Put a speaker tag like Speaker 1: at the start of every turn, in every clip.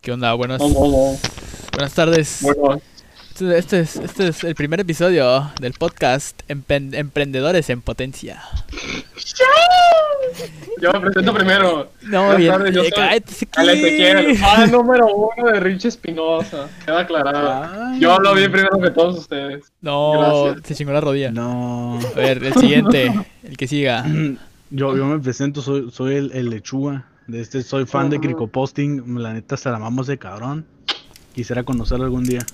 Speaker 1: ¿Qué onda? Buenas,
Speaker 2: Hola, hola.
Speaker 1: buenas tardes.
Speaker 2: Bueno,
Speaker 1: Este, este es, este es el primer episodio del podcast Empen- Emprendedores en Potencia.
Speaker 2: yo me presento primero.
Speaker 1: No,
Speaker 2: Buenas
Speaker 1: bien,
Speaker 2: tardes, yo
Speaker 1: eh,
Speaker 2: soy
Speaker 1: cállate,
Speaker 2: Ale
Speaker 1: aquí.
Speaker 2: Ezequiel, fan número uno de Rich Espinosa. Queda aclarado.
Speaker 1: Ay.
Speaker 2: Yo hablo bien primero que todos ustedes.
Speaker 1: No,
Speaker 2: Gracias.
Speaker 1: se chingó la rodilla.
Speaker 3: No.
Speaker 1: A ver, el siguiente, el que siga.
Speaker 3: Yo, yo me presento, soy, soy el, el lechuga. De este, soy fan
Speaker 2: Oh.
Speaker 3: de Cricoposting. La neta, se la mamamos de cabrón. Quisiera conocerlo algún día.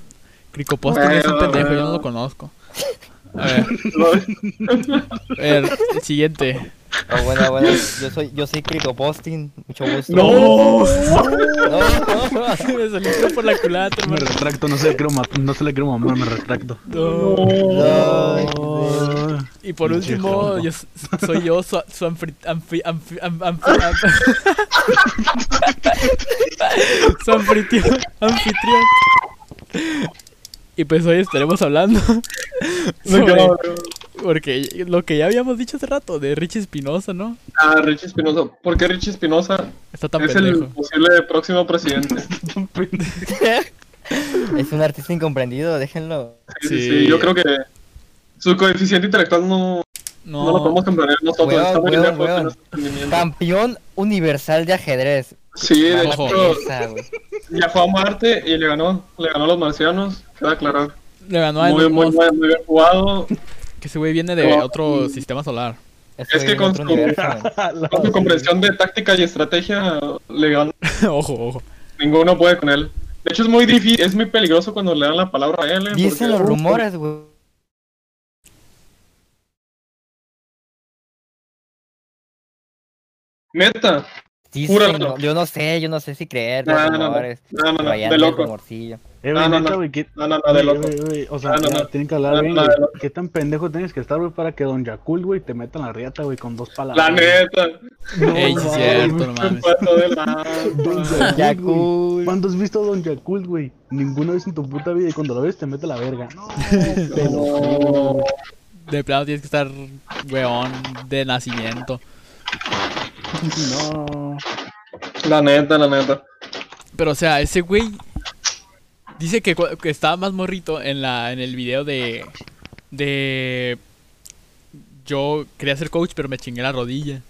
Speaker 1: Crico Posting es un
Speaker 2: Bueno,
Speaker 1: pendejo, yo no
Speaker 2: bueno.
Speaker 1: lo conozco. A ver,
Speaker 2: Lo-
Speaker 1: a ver, el siguiente.
Speaker 4: Oh, bueno, bueno, yo soy, yo soy Cricoposting, mucho gusto.
Speaker 1: ¡No!
Speaker 4: No, no, no.
Speaker 1: Me salió por la culata,
Speaker 3: Me
Speaker 1: me
Speaker 3: retracto, no se le quiero, ma- no se le quiero mamar, me retracto.
Speaker 4: Ay,
Speaker 3: Oh,
Speaker 1: Y por
Speaker 3: Pinche
Speaker 1: último,
Speaker 3: gordo.
Speaker 1: yo s- soy yo, su, su anfri- anfi- anfi- am- anfi- am- su anfitrión, anfitrión. Y pues hoy estaremos hablando
Speaker 2: lo que
Speaker 1: sobre-
Speaker 2: hablo.
Speaker 1: porque lo que ya habíamos dicho hace rato de Richie Espinosa, ¿no?
Speaker 2: Ah, Rich Espinosa. ¿Por qué Rich Espinosa
Speaker 1: Está tan
Speaker 2: es el
Speaker 1: pendejo.
Speaker 2: posible próximo presidente? Sí,
Speaker 4: Es un artista incomprendido, déjenlo.
Speaker 2: sí,
Speaker 1: Sí.
Speaker 2: sí, yo creo que su coeficiente intelectual no, no.
Speaker 1: No,
Speaker 2: lo podemos comprender nosotros.
Speaker 4: Weón,
Speaker 2: Está muy
Speaker 4: weón,
Speaker 2: lejos de
Speaker 4: weón.
Speaker 2: nuestro entendimiento.
Speaker 4: Campeón universal de ajedrez.
Speaker 2: Sí, de
Speaker 4: Mala
Speaker 1: Ojo.
Speaker 2: hecho,
Speaker 4: pereza, güey.
Speaker 2: viajó a Marte y le ganó. Le ganó a los marcianos. Queda aclarado.
Speaker 1: le ganó a
Speaker 2: Muy,
Speaker 1: Elon
Speaker 2: muy,
Speaker 1: Musk,
Speaker 2: muy, muy bien jugado.
Speaker 1: que ese güey viene de
Speaker 2: No. Mm.
Speaker 1: otro sistema solar.
Speaker 4: Estoy
Speaker 2: Es que
Speaker 4: en
Speaker 2: con
Speaker 4: otro
Speaker 2: su-
Speaker 4: universo, güey.
Speaker 2: Con su comprensión de táctica y estrategia, le gan-
Speaker 1: ojo, ojo.
Speaker 2: ninguno puede con él. De hecho, es muy difícil, es muy peligroso cuando le dan la palabra a él. eh,
Speaker 4: Dicen
Speaker 2: porque-
Speaker 4: los rumores, güey.
Speaker 2: Neta,
Speaker 4: Dicen,
Speaker 2: Júralo.
Speaker 4: no- yo no sé, yo no sé si creer, los
Speaker 2: No, no, no.
Speaker 4: rumores.
Speaker 2: no, no, no,
Speaker 4: Vayan
Speaker 2: de
Speaker 4: del
Speaker 2: loco.
Speaker 4: rumorcillo.
Speaker 3: Eh, güey,
Speaker 2: No, no,
Speaker 3: neta,
Speaker 2: no.
Speaker 3: güey, ¿qué-
Speaker 2: No, no, no, de
Speaker 3: güey,
Speaker 2: loco.
Speaker 3: güey, güey, O sea,
Speaker 2: Ah, No, no,
Speaker 3: ya
Speaker 2: no.
Speaker 3: tienen que hablar
Speaker 2: No,
Speaker 3: bien,
Speaker 2: no,
Speaker 3: güey.
Speaker 2: no.
Speaker 3: ¿Qué tan pendejo tienes que estar, güey, para que Don Yakul, güey, te meta en la riata, güey, con dos palabras?
Speaker 2: La neta,
Speaker 3: No,
Speaker 1: Ey, sí es
Speaker 3: mames,
Speaker 1: cierto, no
Speaker 2: un
Speaker 1: mames.
Speaker 2: paso de
Speaker 3: Don
Speaker 2: la.
Speaker 3: Yakul,
Speaker 4: Ya,
Speaker 3: güey.
Speaker 4: cool.
Speaker 3: ¿Cuándo has visto a Don Yakult, güey? Ninguna vez en tu puta vida y cuando lo ves te mete la verga. No,
Speaker 2: No.
Speaker 1: De plano tienes que estar weón de nacimiento.
Speaker 3: no.
Speaker 2: La neta, la neta.
Speaker 1: Pero o sea, ese güey dice que, cu- que estaba más morrito en la en el video de de yo quería ser coach, pero me chingué la rodilla.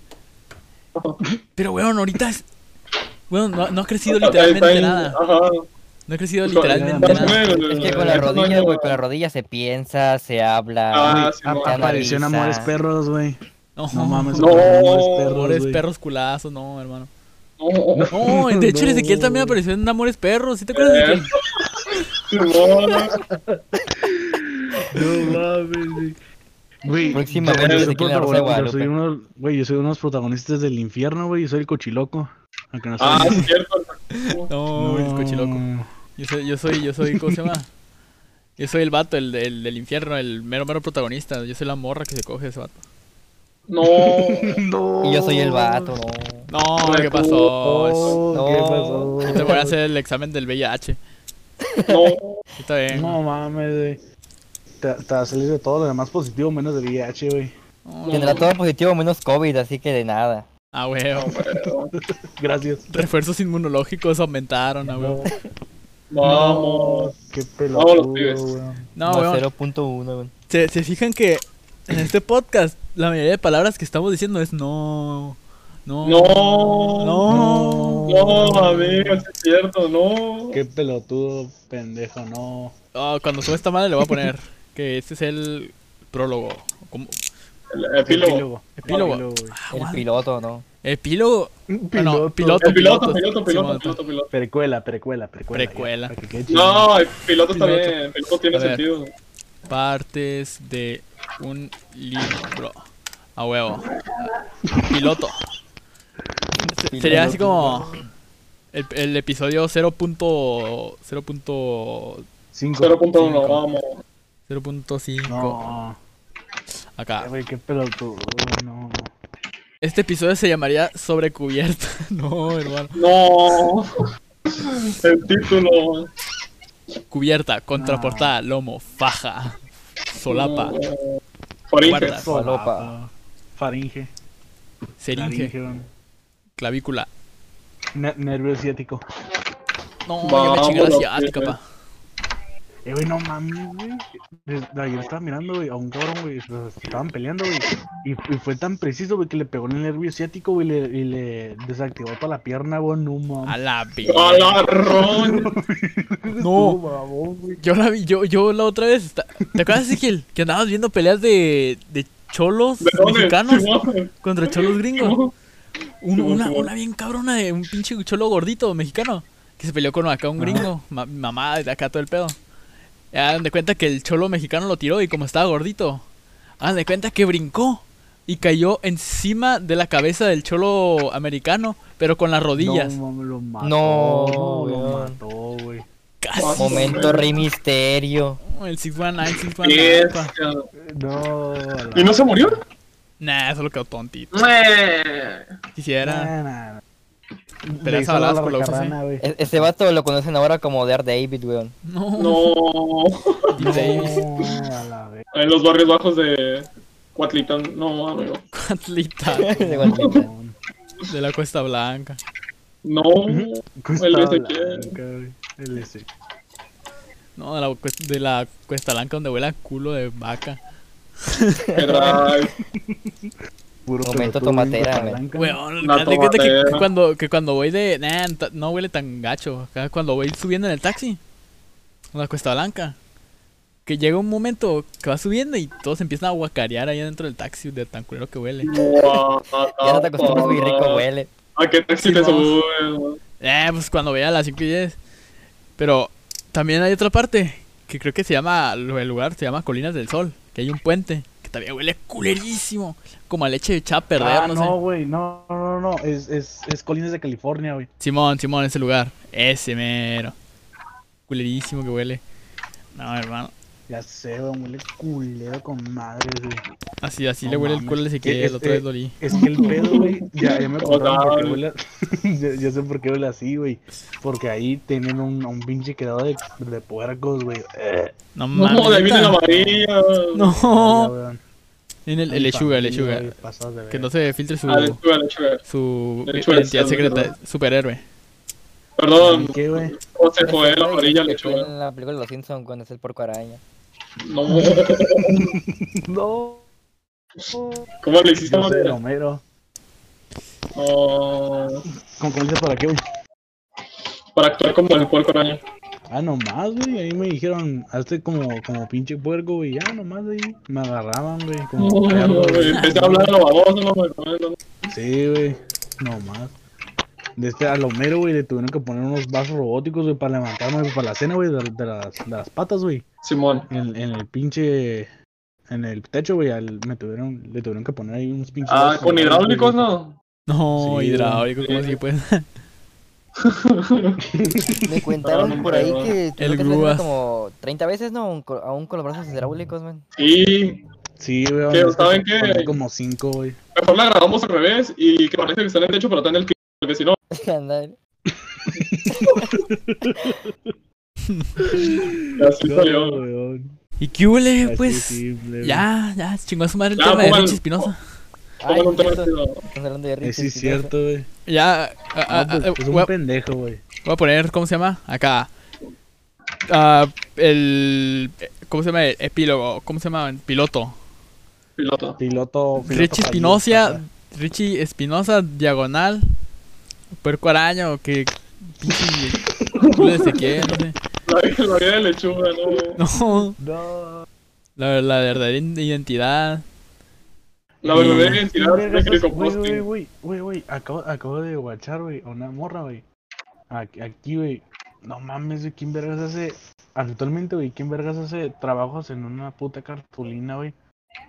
Speaker 1: Pero weón, ahorita es weón, no, no ha crecido literalmente nada.
Speaker 2: Ajá.
Speaker 1: No ha crecido literalmente
Speaker 3: Con-
Speaker 1: nada.
Speaker 4: Es
Speaker 2: eh,
Speaker 4: que con la rodilla, güey, con la rodilla se piensa, se habla.
Speaker 2: Ah,
Speaker 4: güey,
Speaker 2: sí,
Speaker 4: se
Speaker 2: no.
Speaker 3: Apareció en
Speaker 4: analiza.
Speaker 3: Amores Perros, güey.
Speaker 1: No,
Speaker 3: No mames,
Speaker 2: No.
Speaker 3: apareció en Amores Perros,
Speaker 1: Amores
Speaker 3: güey.
Speaker 1: perros culazos, no, hermano.
Speaker 2: No,
Speaker 1: No, de hecho,
Speaker 3: No.
Speaker 1: Ezequiel también apareció en Amores Perros. ¿Sí te acuerdas de Ezequiel?
Speaker 2: no, no.
Speaker 3: No mames, güey. Güey,
Speaker 4: Próximamente
Speaker 3: yo soy
Speaker 4: se quiere la Rosa de
Speaker 3: protagonista, yo soy
Speaker 4: Guadalupe.
Speaker 3: uno, güey, yo soy uno de los protagonistas del infierno, güey, yo soy el cochiloco. Aunque no
Speaker 2: Ah,
Speaker 3: sabes.
Speaker 2: es cierto.
Speaker 1: No, el cochiloco. Yo soy, yo soy, yo soy, ¿cómo se llama? Yo soy el vato, el, el del infierno, el mero mero protagonista. Yo soy la morra que se coge ese vato.
Speaker 2: No.
Speaker 3: No.
Speaker 4: Y yo soy el vato, no.
Speaker 1: No, ¿qué pasó?
Speaker 3: No, Oh, ¿Qué pasó?
Speaker 1: No te voy a hacer el examen del VIH.
Speaker 2: No.
Speaker 1: Está bien.
Speaker 3: No mames, güey. Te, te va a salir de todo lo demás positivo menos del VIH, güey.
Speaker 1: No,
Speaker 4: Tendrá
Speaker 1: no.
Speaker 4: todo positivo menos COVID, así que de nada.
Speaker 1: Ah, weón.
Speaker 3: Gracias.
Speaker 1: Refuerzos inmunológicos aumentaron, ah, weón.
Speaker 2: Vamos.
Speaker 3: Qué
Speaker 2: Vámonos,
Speaker 3: pelotudo,
Speaker 2: pibes.
Speaker 3: güey.
Speaker 1: No,
Speaker 4: Más
Speaker 1: weón.
Speaker 4: 0.1, güey.
Speaker 1: ¿Se, se fijan que en este podcast la mayoría de palabras que estamos diciendo es no. No.
Speaker 2: No.
Speaker 1: No.
Speaker 2: No, amigo, sí es cierto, no.
Speaker 3: Qué pelotudo, pendejo, no.
Speaker 1: Ah, cuando suba esta madre le voy a poner que este es el prólogo. ¿Cómo?
Speaker 2: El epílogo.
Speaker 1: Epílogo.
Speaker 3: güey.
Speaker 1: Ah,
Speaker 4: El
Speaker 1: what?
Speaker 4: piloto, ¿no?
Speaker 1: Epílogo. Bueno, piloto.
Speaker 2: El
Speaker 1: Piloto,
Speaker 2: piloto, piloto,
Speaker 1: Simón,
Speaker 2: piloto, piloto, piloto.
Speaker 3: Precuela, precuela, precuela.
Speaker 1: Precuela.
Speaker 3: ya, para que quede chido.
Speaker 2: No, el piloto está
Speaker 1: Piloto.
Speaker 2: bien, el piloto tiene
Speaker 1: A ver.
Speaker 2: sentido.
Speaker 1: Partes de un libro. A huevo. Piloto. Se- Sería así como. El, el episodio 0.0.0.5.
Speaker 3: Cinco.
Speaker 2: 0.1,
Speaker 1: Cinco.
Speaker 2: vamos.
Speaker 3: No.
Speaker 1: Acá.
Speaker 3: Güey, qué pelotudo, güey, no.
Speaker 1: Este episodio se llamaría Sobrecubierta. No, hermano.
Speaker 2: No. El título.
Speaker 1: Cubierta, contraportada, lomo, faja, solapa,
Speaker 2: No. Faringe.
Speaker 1: Guardas.
Speaker 4: Falopa.
Speaker 3: Faringe.
Speaker 1: seringe,
Speaker 3: Faringe.
Speaker 1: clavícula,
Speaker 3: Nervio asiático.
Speaker 1: No, yo me chingué la
Speaker 2: Vámonos,
Speaker 1: asiática,
Speaker 2: jefe.
Speaker 1: pa.
Speaker 3: Eh, güey, no mames, güey. Desde Ayer estaba mirando, güey, a un cabrón, güey. se Estaban peleando, güey. Y, y fue tan preciso, güey, que le pegó en el nervio ciático, güey, y le, y le desactivó toda la pierna, güey. No
Speaker 1: A
Speaker 3: mames.
Speaker 1: la
Speaker 2: ¡A
Speaker 1: verga.
Speaker 2: la ron!
Speaker 1: No.
Speaker 3: Estuvo babón, güey.
Speaker 1: Yo la vi, yo, yo la otra vez. esta- ¿Te acuerdas, Ezequiel? Que andabas viendo peleas de, de cholos
Speaker 2: ¿De dónde?
Speaker 1: mexicanos Ah,
Speaker 2: Simón,
Speaker 1: contra cholos gringos.
Speaker 2: Simón.
Speaker 1: Un-
Speaker 2: Simón,
Speaker 1: una,
Speaker 2: Simón.
Speaker 1: una bien cabrona de un pinche cholo gordito mexicano que se peleó con acá
Speaker 2: Ah.
Speaker 1: un gringo, ma- mamá de acá todo el pedo. Hagan de cuenta que el cholo mexicano lo tiró y como estaba gordito, hagan de cuenta que brincó y cayó encima de la cabeza del cholo americano, pero con las rodillas.
Speaker 3: No, mames, lo mató.
Speaker 4: No,
Speaker 3: No, lo
Speaker 4: weón.
Speaker 3: mató, güey.
Speaker 1: Casi.
Speaker 4: Momento Rey Misterio.
Speaker 1: El 619, 619.
Speaker 2: Yes,
Speaker 1: pa.
Speaker 2: cabrón.
Speaker 3: No.
Speaker 2: ¿Y no se murió?
Speaker 1: Nah, solo quedó tontito. Ah.
Speaker 2: Meh.
Speaker 1: Quisiera.
Speaker 3: Era.
Speaker 1: Pero esa balada por la UFC.
Speaker 3: güey.
Speaker 4: E- este vato lo conocen ahora como David, weón.
Speaker 1: No,
Speaker 2: No.
Speaker 1: Dick Davis.
Speaker 3: No, a la vez.
Speaker 2: En los barrios bajos de Cuatlitán. No, amigo.
Speaker 1: Atleta
Speaker 4: De golpe.
Speaker 1: de la Cuesta Blanca.
Speaker 2: No.
Speaker 3: Cuesta
Speaker 2: El
Speaker 3: blanca,
Speaker 2: SQ.
Speaker 3: güey. El SQ.
Speaker 1: No, de la, cuest- de la Cuesta Blanca donde huele a culo de vaca.
Speaker 2: qué drive.
Speaker 3: Puro
Speaker 4: Momento
Speaker 3: pelotudo, güey,
Speaker 4: tomatera,
Speaker 3: Cuesta
Speaker 4: güey.
Speaker 3: Blanca.
Speaker 1: Weón,
Speaker 2: Una
Speaker 1: haz de cuenta que,
Speaker 2: tomatera.
Speaker 1: que cuando, que cuando voy de. Nah, n- ta- no huele tan gacho. Acá Cuando voy subiendo en el taxi, en la Cuesta Blanca, que llega un momento que va subiendo y todos empiezan a guacarear allá dentro del taxi de tan culero que huele.
Speaker 4: Ya no te acostumbras muy rico,
Speaker 2: güey.
Speaker 4: huele.
Speaker 2: ¿A Ah, qué taxi te
Speaker 1: Simón.
Speaker 2: subes? güey?
Speaker 1: Eh, pues cuando vea las 5 y 10. Pero también hay otra parte que creo que se llama, lo- el lugar se llama Colinas del Sol, que hay un puente que también huele culerísimo, como a leche echada a perder,
Speaker 3: Ah,
Speaker 1: no,
Speaker 3: no,
Speaker 1: sé.
Speaker 3: güey, no, no, no, no, es, es, es Colinas de California, güey.
Speaker 1: Simón, Simón, ese lugar, ese mero. Culerísimo que huele. No, hermano,
Speaker 3: Ya sé, güey, huele culero con madre, güey.
Speaker 1: así así
Speaker 3: No
Speaker 1: le huele el
Speaker 3: mames.
Speaker 1: culo al Ezequiel,
Speaker 3: Es-
Speaker 1: la otra vez
Speaker 3: eh,
Speaker 1: lo olí.
Speaker 3: Es que el pedo, güey, ya, ya me
Speaker 2: Oh,
Speaker 3: contaron por qué
Speaker 2: no.
Speaker 3: huele, ya, ya sé por qué huele así, güey. Porque ahí tienen un, un pinche quedado de, de puercos, güey. Eh,
Speaker 1: No
Speaker 2: No, de ahí viene la
Speaker 1: neta.
Speaker 2: amarilla.
Speaker 3: ya,
Speaker 1: No,
Speaker 3: güey.
Speaker 1: en el, el
Speaker 3: Ay,
Speaker 1: lechuga, el
Speaker 3: familia,
Speaker 1: lechuga.
Speaker 3: güey, pasas de
Speaker 1: Que no
Speaker 3: verga.
Speaker 1: se filtre su,
Speaker 2: Ah, lechuga, lechuga.
Speaker 1: su
Speaker 2: Lechuga,
Speaker 1: identidad
Speaker 2: sí,
Speaker 1: secreta,
Speaker 2: verdad.
Speaker 1: superhéroe.
Speaker 2: Perdón,
Speaker 3: ¿Y ¿Qué, güey?
Speaker 2: se fue la
Speaker 4: Ese
Speaker 2: amarilla,
Speaker 4: que fue
Speaker 2: lechuga.
Speaker 4: En la película de los Simpsons cuando es el porco araña.
Speaker 2: No,
Speaker 3: No.
Speaker 2: ¿cómo le hiciste
Speaker 3: Yo soy el
Speaker 2: amarilla?
Speaker 3: Homero.
Speaker 2: No,
Speaker 3: ¿Cómo, cómo dices para qué, güey?
Speaker 2: para actuar como el puerco araña.
Speaker 3: Ah, nomás, güey. Ahí me dijeron, hazte como, como pinche puerco, güey. Ya, nomás ahí. Me agarraban, güey. Como
Speaker 2: No,
Speaker 3: perro,
Speaker 2: güey,
Speaker 3: güey.
Speaker 2: Empecé a hablar a lo baboso, no me acuerdo.
Speaker 3: Sí, güey. Nomás. De este al Homero, güey, le tuvieron que poner unos vasos robóticos, güey, para levantarme güey, para la cena, güey, de, de las, de las patas, güey.
Speaker 2: Simón.
Speaker 3: En, en el pinche. En el techo, güey, al- me tuvieron, le tuvieron que poner ahí unos pinches.
Speaker 2: Ah,
Speaker 3: vasos
Speaker 2: con hidráulicos,
Speaker 3: robóticos, güey.
Speaker 2: no.
Speaker 1: No,
Speaker 3: Sí,
Speaker 1: hidráulico, ¿cómo
Speaker 2: sí.
Speaker 1: así pues?
Speaker 4: Me contaron por ahí que tuvieron
Speaker 1: El
Speaker 4: que hacerlo
Speaker 1: grúas.
Speaker 4: como 30 veces, ¿no? Un co- Aún con los brazos hidráulicos, man.
Speaker 2: Sí,
Speaker 3: Sí, güey.
Speaker 2: ¿Qué,
Speaker 3: es que
Speaker 2: saben
Speaker 3: se
Speaker 2: qué?
Speaker 3: ponen Como cinco, güey.
Speaker 2: mejor la grabamos al revés y que parece que está en el techo, pero está en el piso. Porque si no,
Speaker 4: Ándale.
Speaker 2: así
Speaker 3: No,
Speaker 2: salió.
Speaker 3: güey.
Speaker 1: ¿Y qué huele,
Speaker 3: Así
Speaker 1: pues?
Speaker 3: simple, güey.
Speaker 1: Ya, ya, chingó a su madre el
Speaker 2: Ya, pues,
Speaker 1: tema de
Speaker 2: pongan-
Speaker 1: Richie Espinosa.
Speaker 4: Ay,
Speaker 2: Pongan un tema
Speaker 4: cierto.
Speaker 2: chido.
Speaker 4: Estamos hablando de
Speaker 3: Eh,
Speaker 4: Richie
Speaker 3: Sí, es cierto, güey.
Speaker 1: Ya, ah, ah,
Speaker 3: No, pues,
Speaker 1: ah,
Speaker 3: es
Speaker 1: voy,
Speaker 3: un
Speaker 1: a,
Speaker 3: pendejo, güey.
Speaker 1: voy a poner, ¿cómo se llama? Acá. Ah, el. eh, ¿Cómo se llama? El epílogo. ¿Cómo se llama? El piloto.
Speaker 2: Piloto.
Speaker 3: Piloto. piloto
Speaker 1: Richie
Speaker 3: fallido,
Speaker 1: Espinosa.
Speaker 3: papá.
Speaker 1: Richie Espinosa, diagonal. Puerco araño, que. Pinche. culo de Ezequiel, no sé.
Speaker 2: La, la vida de lechuga, ¿no?
Speaker 1: No,
Speaker 3: No.
Speaker 1: la, la verdadera identidad.
Speaker 2: La
Speaker 1: Sí.
Speaker 2: verdadera identidad
Speaker 3: Vergas,
Speaker 2: de Crico
Speaker 3: Güey, güey,
Speaker 2: Posting.
Speaker 3: güey, güey, güey, acabo, acabo de guachar, güey, a una morra, güey. Aquí, aquí, güey. No mames, güey, ¿quién vergas hace? Actualmente, güey, ¿quién vergas hace trabajos en una puta cartulina, güey?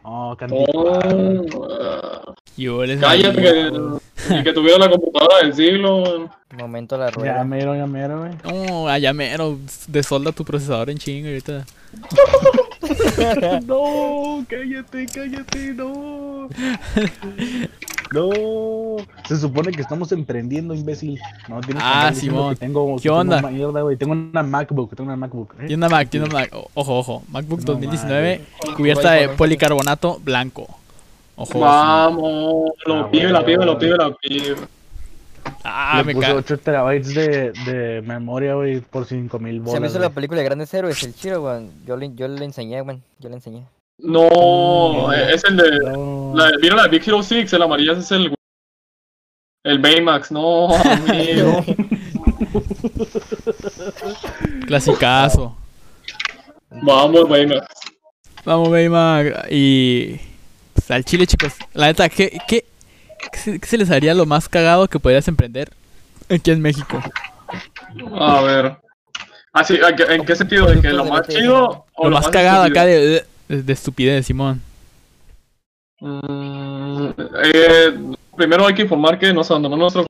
Speaker 3: Oh,
Speaker 2: Oh,
Speaker 3: canticuada, güey.
Speaker 2: ah,
Speaker 1: Y huele.
Speaker 2: cállate que, y que tuviera la computadora del siglo.
Speaker 4: Momento la
Speaker 3: Ya
Speaker 4: rueda.
Speaker 3: mero, ya mero, güey.
Speaker 1: No, allá mero. Desolda tu procesador en chingo ahorita.
Speaker 3: No, cállate, cállate, no. No, se supone que estamos emprendiendo, imbécil. No, tienes que
Speaker 1: Ah,
Speaker 3: andar diciendo
Speaker 1: Simón.
Speaker 3: que Tengo,
Speaker 1: ¿Qué
Speaker 3: que tengo
Speaker 1: onda?
Speaker 3: una mierda, güey. Tengo una MacBook, tengo una MacBook. ¿eh?
Speaker 1: Tiene una Mac, tiene una Mac. O- Ojo, ojo. MacBook
Speaker 3: No
Speaker 1: 2019
Speaker 4: mames.
Speaker 1: cubierta de
Speaker 4: Ojo,
Speaker 1: policarbonato blanco. Ojo.
Speaker 2: Vamos,
Speaker 3: Ah,
Speaker 2: lo
Speaker 3: güey,
Speaker 2: pibe, la
Speaker 3: güey,
Speaker 2: pibe, lo
Speaker 3: güey.
Speaker 2: pibe, la pibe.
Speaker 1: Ah,
Speaker 3: Le
Speaker 1: me
Speaker 3: puse
Speaker 1: cago.
Speaker 3: 8 terabytes de, de memoria, güey, por 5 mil bolas.
Speaker 4: Se me hizo
Speaker 3: güey.
Speaker 4: la película de Grandes Héroes, el Chiro, weón. Yo le, yo le enseñé, weón. Yo le enseñé.
Speaker 2: No, eh, es el de.
Speaker 3: No.
Speaker 2: La, ¿Vieron la de Big Hero 6? El amarillo ese es el. El Baymax, no, amigo.
Speaker 1: Clasicazo.
Speaker 2: Vamos, Baymax.
Speaker 1: Vamos, Baymax. Y. pues, al chile, chicos. La neta, ¿qué, qué, qué se, qué se les haría lo más cagado que podrías emprender aquí en México?
Speaker 2: A ver. Ah, sí, ¿en qué- ¿en qué sentido? ¿De que lo más chido o
Speaker 1: Lo más cagado
Speaker 2: estúpido?
Speaker 1: acá de, de, de estupidez, Simón.
Speaker 2: Mm, eh, primero hay que informar que nos abandonó nuestro.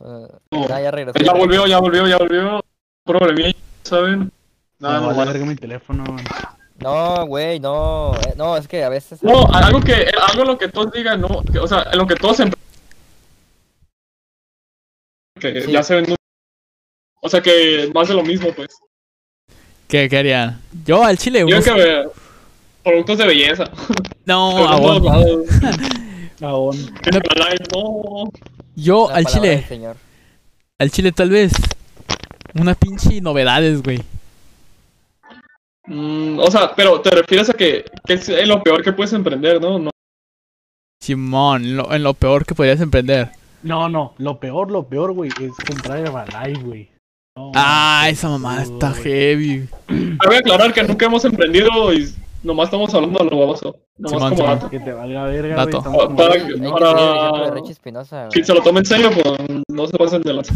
Speaker 4: Eh, ya, ya regresó.
Speaker 2: Ya volvió, ya volvió, ya volvió. Problemilla, ¿saben? Nada,
Speaker 3: No,
Speaker 2: normal.
Speaker 3: larga mi teléfono, güey.
Speaker 4: No, güey, no. Eh, No, es que a veces.
Speaker 2: No, algo que, eh, algo en lo que todos digan, no, que- o sea, en lo que todos em- que
Speaker 4: Sí.
Speaker 2: ya se ven, o sea, que más de lo mismo, pues.
Speaker 1: ¿Qué, qué haría? Yo al chile,
Speaker 2: Yo
Speaker 1: unos-
Speaker 2: que me- productos de belleza.
Speaker 1: No,
Speaker 2: Pero en
Speaker 1: abón.
Speaker 2: todos lados.
Speaker 3: Aún.
Speaker 2: Herbalife, no.
Speaker 1: Yo
Speaker 4: la
Speaker 1: al
Speaker 4: palabra del
Speaker 1: chile,
Speaker 4: Señor.
Speaker 1: al chile tal vez. Una pinche novedades, güey.
Speaker 2: Mm, o sea, pero te refieres a que, que es lo peor que puedes emprender, ¿no? No.
Speaker 1: Simón, lo- en lo peor que podrías emprender.
Speaker 3: No, no, lo peor, lo peor, güey, es comprar Herbalife, güey. No,
Speaker 1: Ah,
Speaker 3: mames,
Speaker 1: esa mamá
Speaker 3: todo,
Speaker 1: está
Speaker 3: güey.
Speaker 1: heavy.
Speaker 2: Cabe aclarar que nunca hemos emprendido y nomás estamos hablando de lo baboso. Nomás
Speaker 1: Simón,
Speaker 2: como
Speaker 1: Simón.
Speaker 2: dato.
Speaker 3: Que te valga verga,
Speaker 1: Dato.
Speaker 3: güey. estamos como-
Speaker 2: Para-
Speaker 4: Hay que
Speaker 2: para-
Speaker 4: seguir el ejemplo de Richie Espinosa,
Speaker 2: Si
Speaker 4: güey.
Speaker 2: se lo toma en serio, pues no se pasen de lanza.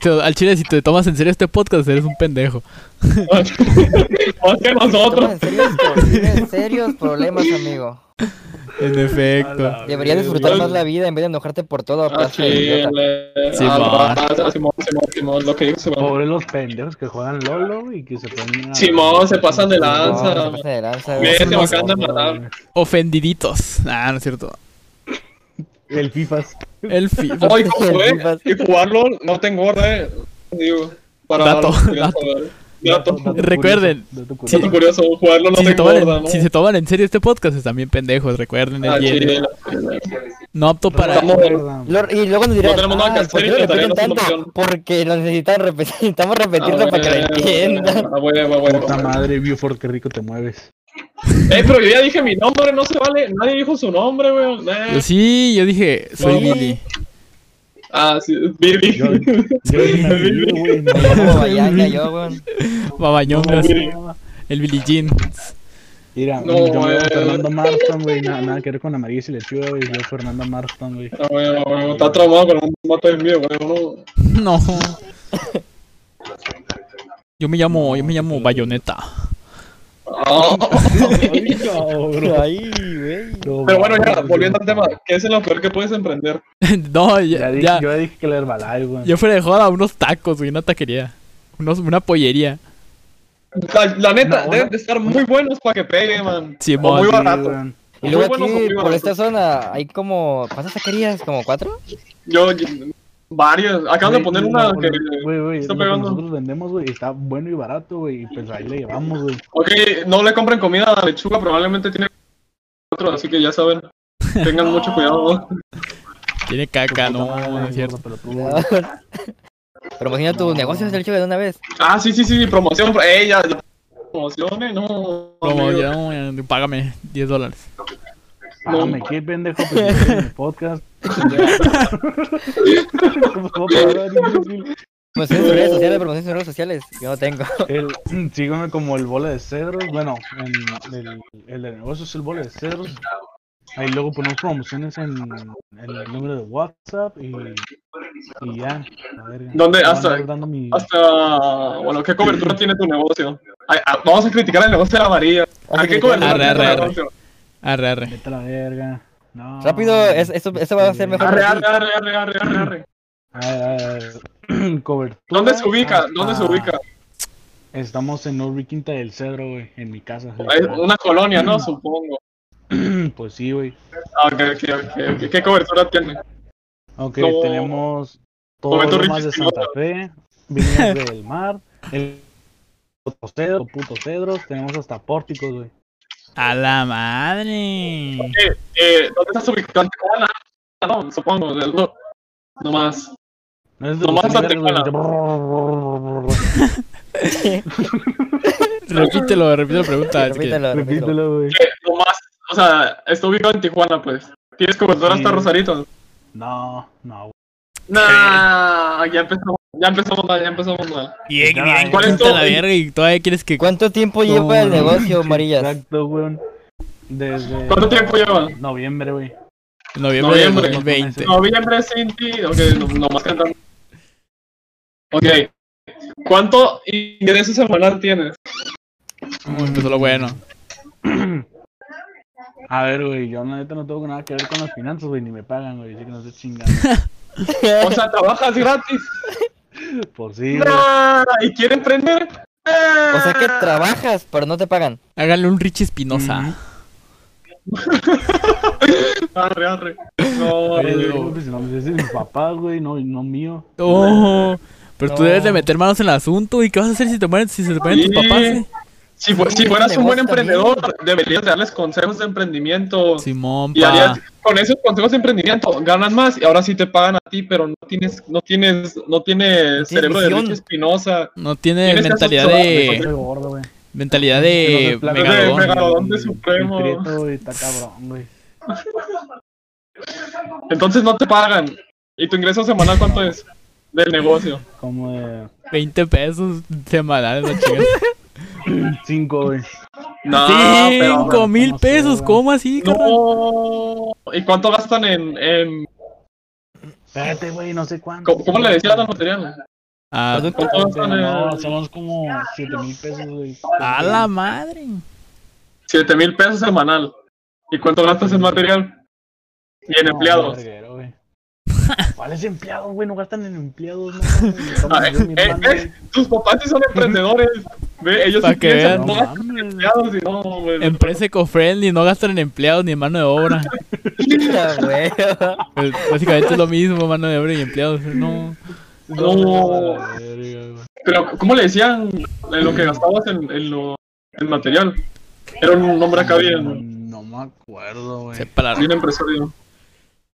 Speaker 1: Te- al chile, si te tomas en serio este podcast, eres un pendejo.
Speaker 2: Más que
Speaker 4: Tomas
Speaker 2: nosotros.
Speaker 4: en serio esto, tienes serios problemas, amigo.
Speaker 1: En
Speaker 3: A
Speaker 1: efecto.
Speaker 3: la
Speaker 4: Deberías
Speaker 3: verga,
Speaker 4: disfrutar
Speaker 3: güey.
Speaker 4: más la vida en vez de enojarte por todo.
Speaker 2: Ah,
Speaker 4: pedazo de idiota.
Speaker 2: chile.
Speaker 1: Simón.
Speaker 2: Ah, ah, Simón, Simón, Simón, lo que dijo Simón.
Speaker 3: Pobre los pendejos que juegan LOL, güey, y que se ponen. a-
Speaker 2: Simón, se pasan de lanza.
Speaker 4: No, se pasa de lanza, güey.
Speaker 2: Vete,
Speaker 1: unos-
Speaker 2: bacán de matar.
Speaker 1: Ofendiditos. Ah, no es cierto.
Speaker 3: El FIFAs.
Speaker 1: El FIFA.
Speaker 2: Ay, ¿cómo fue? Y jugarlo no te engorda, eh. Digo, para
Speaker 1: Dato,
Speaker 2: los que quieran
Speaker 1: dato.
Speaker 2: saber. Dato.
Speaker 1: Recuerden,
Speaker 3: curioso, dato
Speaker 1: sí.
Speaker 2: Dato
Speaker 3: curioso.
Speaker 2: curioso, jugarlo no
Speaker 1: Si
Speaker 2: te
Speaker 1: se, toman,
Speaker 2: engorda,
Speaker 1: en-
Speaker 2: ¿no?
Speaker 1: si se toman en serio este podcast, están bien pendejos. Recuerden el
Speaker 2: Ah,
Speaker 1: bien.
Speaker 2: chile.
Speaker 1: No apto para.
Speaker 2: Estamos-
Speaker 3: Recuerdan.
Speaker 4: Lo- y luego nos "Ah, dirán,
Speaker 2: No tenemos nada que
Speaker 4: "Ay,
Speaker 2: hacer
Speaker 4: ¿por
Speaker 2: y
Speaker 4: qué lo
Speaker 2: la tarea
Speaker 4: repiten
Speaker 2: no es
Speaker 4: tanto?
Speaker 2: solución".
Speaker 4: Porque lo necesitan repetir, necesitamos repetirlo para que lo
Speaker 2: Ah,
Speaker 4: entiendan.
Speaker 2: ah, huevo, a huevo.
Speaker 3: Puta madre, Buford, qué rico te mueves.
Speaker 2: Eh, pero yo ya dije mi nombre, no se vale. Nadie dijo su nombre, weón. Eh,
Speaker 1: Yo sí, yo dije, soy
Speaker 4: No,
Speaker 1: Billy.
Speaker 2: Ah, sí, Billy.
Speaker 3: Yo, yo ni me olvido, güey. no,
Speaker 4: Como
Speaker 3: no,
Speaker 4: Bayanga, yo, weón.
Speaker 1: Babañongas,
Speaker 3: no, no.
Speaker 1: el Billy Jean.
Speaker 3: Mira,
Speaker 2: No, eh.
Speaker 3: yo me
Speaker 2: güey.
Speaker 3: llamo Fernando Marston, güey. Nada, nada que ver con amarillo y lechuga, güey. Yo Fernando Marston, güey.
Speaker 2: Ah, huevo, a huevo. Está traumado con un mato de mío, weón. No.
Speaker 1: No. Yo me llamo, yo me llamo Bayoneta.
Speaker 2: Ah.
Speaker 3: Ay, cabrón.
Speaker 4: Ay, güey.
Speaker 3: No,
Speaker 2: Pero bueno, ya,
Speaker 3: mames,
Speaker 2: volviendo al
Speaker 3: güey.
Speaker 2: tema, ¿qué es lo peor que puedes emprender?
Speaker 1: No,
Speaker 3: Ya
Speaker 1: ya,
Speaker 3: dije-
Speaker 1: ya.
Speaker 3: Yo ya dije que el Herbalife, güey.
Speaker 1: Yo fuera de joda unos tacos, güey, una taquería. Unos, una pollería.
Speaker 2: La, la neta,
Speaker 3: No,
Speaker 2: deben
Speaker 3: no.
Speaker 2: de estar muy buenos para que pegue, man.
Speaker 1: Simón.
Speaker 2: O muy
Speaker 1: Sí,
Speaker 2: barato.
Speaker 3: güey.
Speaker 4: Y
Speaker 2: Muy
Speaker 4: luego
Speaker 2: buenos o
Speaker 4: aquí,
Speaker 2: muy
Speaker 4: por esta
Speaker 2: baratos.
Speaker 4: zona, hay como. ¿Cuántas taquerías? ¿Como cuatro?
Speaker 2: Yo, yo- varios. Acaban de
Speaker 3: Güey,
Speaker 2: poner
Speaker 3: no,
Speaker 2: una
Speaker 3: no,
Speaker 2: que.
Speaker 3: Güey, güey,
Speaker 2: está
Speaker 3: lo que
Speaker 2: pegando.
Speaker 3: nosotros vendemos, güey, está bueno y barato, güey. Y pues ahí le llevamos, güey.
Speaker 2: Ok, no le compren comida a la lechuga, probablemente tiene otro, así que ya saben. Tengan mucho cuidado. ¿no?
Speaker 1: Tiene caca,
Speaker 3: Pues, Puta
Speaker 1: no,
Speaker 3: madre,
Speaker 1: no es cierto.
Speaker 3: gordo pelotudo, güey.
Speaker 4: Promociona tus negocios del chico de una vez.
Speaker 2: Ah, sí, sí, sí, promoción. Eh, ya, ya. Promociones, no.
Speaker 1: Como
Speaker 2: amigo.
Speaker 1: ya, güey, págame 10 dólares.
Speaker 3: No me qué pendejo, pues estoy en el podcast. ¿Cómo puedo hablar, imbécil?
Speaker 4: Promociones Pues en sus redes sociales, promociones en sus redes sociales. Yo no tengo.
Speaker 3: El- Sígueme como el bola de cedros. Bueno, en- el, el de negocio es el bola de cedros. Ahí luego ponemos promociones en, en el número de WhatsApp y, y ya. A ver,
Speaker 2: ¿Dónde? Hasta-
Speaker 3: Dando mi...
Speaker 2: Hasta. Bueno, ¿qué cobertura tiene tu negocio? Ay, ah, vamos a criticar el negocio de la María. ¿A qué
Speaker 4: Ah,
Speaker 2: cobertura
Speaker 1: Arre,
Speaker 2: tiene tu
Speaker 1: arre, arre.
Speaker 2: negocio?
Speaker 1: Arre, arre.
Speaker 3: Vete a la verga. No.
Speaker 4: Rápido, es- eso- eso va a ser mejor.
Speaker 2: Arre, arre, arre, arre, arre, arre, arre.
Speaker 3: A ver, a ver. Cobertura.
Speaker 2: ¿Dónde se ubica? ¿Dónde se
Speaker 3: hasta-
Speaker 2: ubica?
Speaker 3: Estamos en Urbi Quinta del Cedro, güey, en mi casa.
Speaker 2: Es una colonia, ¿no? Supongo.
Speaker 3: Pues sí, güey.
Speaker 2: Ah, ok, ok, ok, ok. ¿Qué cobertura tiene?
Speaker 3: Ok,
Speaker 2: No.
Speaker 3: tenemos todo
Speaker 2: Momento
Speaker 3: lo más de
Speaker 2: Richie
Speaker 3: Santa Fe, Viñas del Mar, el puto cedro, puto cedros, tenemos hasta pórticos, güey.
Speaker 1: A la madre.
Speaker 2: Ah, Eh, eh, ¿Dónde estás ubicado? En Tijuana, No, supongo. ¿no? No más.
Speaker 3: No es de
Speaker 2: Nomás
Speaker 3: Lucifer,
Speaker 2: la
Speaker 3: güey,
Speaker 2: tecla.
Speaker 3: de brrrr.
Speaker 1: Repítelo, repítelo la pregunta. es que-
Speaker 4: Repítelo, repítelo.
Speaker 3: Repítelo, güey.
Speaker 2: Eh, No más. O sea, está ubicado en Tijuana, pues. Tienes que volver hasta
Speaker 3: Sí.
Speaker 2: Rosarito.
Speaker 3: No, no, güey.
Speaker 2: Nah, ya empezamos. Ya empezamos mal, ya empezamos mal.
Speaker 1: Bien,
Speaker 3: Ya,
Speaker 1: bien,
Speaker 2: ¿cuál es
Speaker 1: cuenta
Speaker 2: todo?
Speaker 1: la verga y todavía quieres que.
Speaker 4: ¿Cuánto tiempo lleva el
Speaker 3: No,
Speaker 4: negocio,
Speaker 3: güey,
Speaker 4: Marillas?
Speaker 3: Exacto, güey. Desde
Speaker 2: ¿Cuánto tiempo lleva?
Speaker 3: noviembre, güey.
Speaker 1: En noviembre del
Speaker 2: Noviembre.
Speaker 1: 2020.
Speaker 2: Noviembre sin ti. Ok, no, nomás cantando. Ok. ¿Cuánto ingreso semanal tienes?
Speaker 1: Empezó lo pues, bueno.
Speaker 3: A ver, güey, yo la neta no tengo nada que ver con las finanzas, güey, ni me pagan, güey, así que no se chingan.
Speaker 2: O sea, trabajas gratis.
Speaker 3: Por sí, güey.
Speaker 2: Nah, ¿Y quiere emprender?
Speaker 4: O sea que trabajas, pero no te pagan.
Speaker 1: Háganle un Richie
Speaker 3: Mm.
Speaker 1: Espinosa.
Speaker 2: Arre, arre. ah, No,
Speaker 3: Oye,
Speaker 2: arre.
Speaker 3: güey, pues, no, pues, ese es de mis papás, güey, no, no mío.
Speaker 1: Oh, pero tú
Speaker 4: No.
Speaker 1: debes de meter manos en el asunto. ¿Y qué vas a hacer si, te mueren, si se te mueren tus
Speaker 2: Sí.
Speaker 1: papás? eh?
Speaker 2: Si, fu-
Speaker 4: Sí,
Speaker 2: si fueras un buen
Speaker 4: negocio
Speaker 2: emprendedor, deberías darles consejos de emprendimiento.
Speaker 1: Simón,
Speaker 2: y harías,
Speaker 1: pa.
Speaker 2: con esos consejos de emprendimiento ganas más y ahora sí te pagan a ti, pero no tienes, no tienes, no tienes cerebro de
Speaker 4: visión.
Speaker 2: Richie Espinosa.
Speaker 1: No tiene
Speaker 2: Tienes que
Speaker 1: mentalidad
Speaker 2: asesorar,
Speaker 1: de.
Speaker 3: Soy gordo, güey.
Speaker 1: Mentalidad
Speaker 3: Pero
Speaker 1: de.
Speaker 3: no soy flaco,
Speaker 1: Megalodón.
Speaker 2: megalodón.
Speaker 3: güey,
Speaker 2: Megalodón de
Speaker 3: el- el
Speaker 2: supremo.
Speaker 3: prieto, güey, está cabrón, güey.
Speaker 2: Entonces no te pagan. ¿Y tu ingreso semanal cuánto es? Del negocio.
Speaker 3: Como de
Speaker 1: 20 pesos semanales, la chingada.
Speaker 3: cinco, güey.
Speaker 2: No, Ah, pero-
Speaker 1: Cinco mil
Speaker 3: no sé,
Speaker 1: pesos,
Speaker 3: güey.
Speaker 1: ¿cómo así, carnal?
Speaker 2: No. ¿Y cuánto gastan en, en-
Speaker 3: Espérate, güey, no sé cuánto.
Speaker 2: ¿cómo, cómo le decía la material?
Speaker 1: Ah,
Speaker 4: Producto-
Speaker 2: ¿Cuánto gastan
Speaker 3: No,
Speaker 2: en
Speaker 3: somos como siete mil pesos, güey.
Speaker 2: Ah,
Speaker 1: a la madre.
Speaker 2: 7 mil pesos semanal? ¿Y cuánto gastas en material? Y en
Speaker 3: No,
Speaker 2: empleados.
Speaker 3: verguero, güey. ¿Cuáles empleados, güey? No gastan en empleados, no. güey. Estamos
Speaker 2: Ah, eh,
Speaker 3: yo, mi
Speaker 2: eh,
Speaker 3: hermano,
Speaker 2: ¿ves? Tus papás sí son emprendedores. Ve, ellos
Speaker 1: Pa'
Speaker 2: sí
Speaker 1: que vean.
Speaker 2: piensan, no
Speaker 3: No
Speaker 2: gastan
Speaker 3: mames.
Speaker 2: en empleados y no, güey.
Speaker 1: Empresa eco-friendly, no gastan en empleados ni en mano de obra.
Speaker 4: Mira, güey.
Speaker 1: El- Básicamente es lo mismo, mano de obra y empleados. No.
Speaker 2: No. oh. Pero, ¿cómo le decían en lo que gastabas en, en lo en material? Era un nombre acá bien,
Speaker 3: No me acuerdo, güey.
Speaker 1: Separar.
Speaker 2: bien empresario.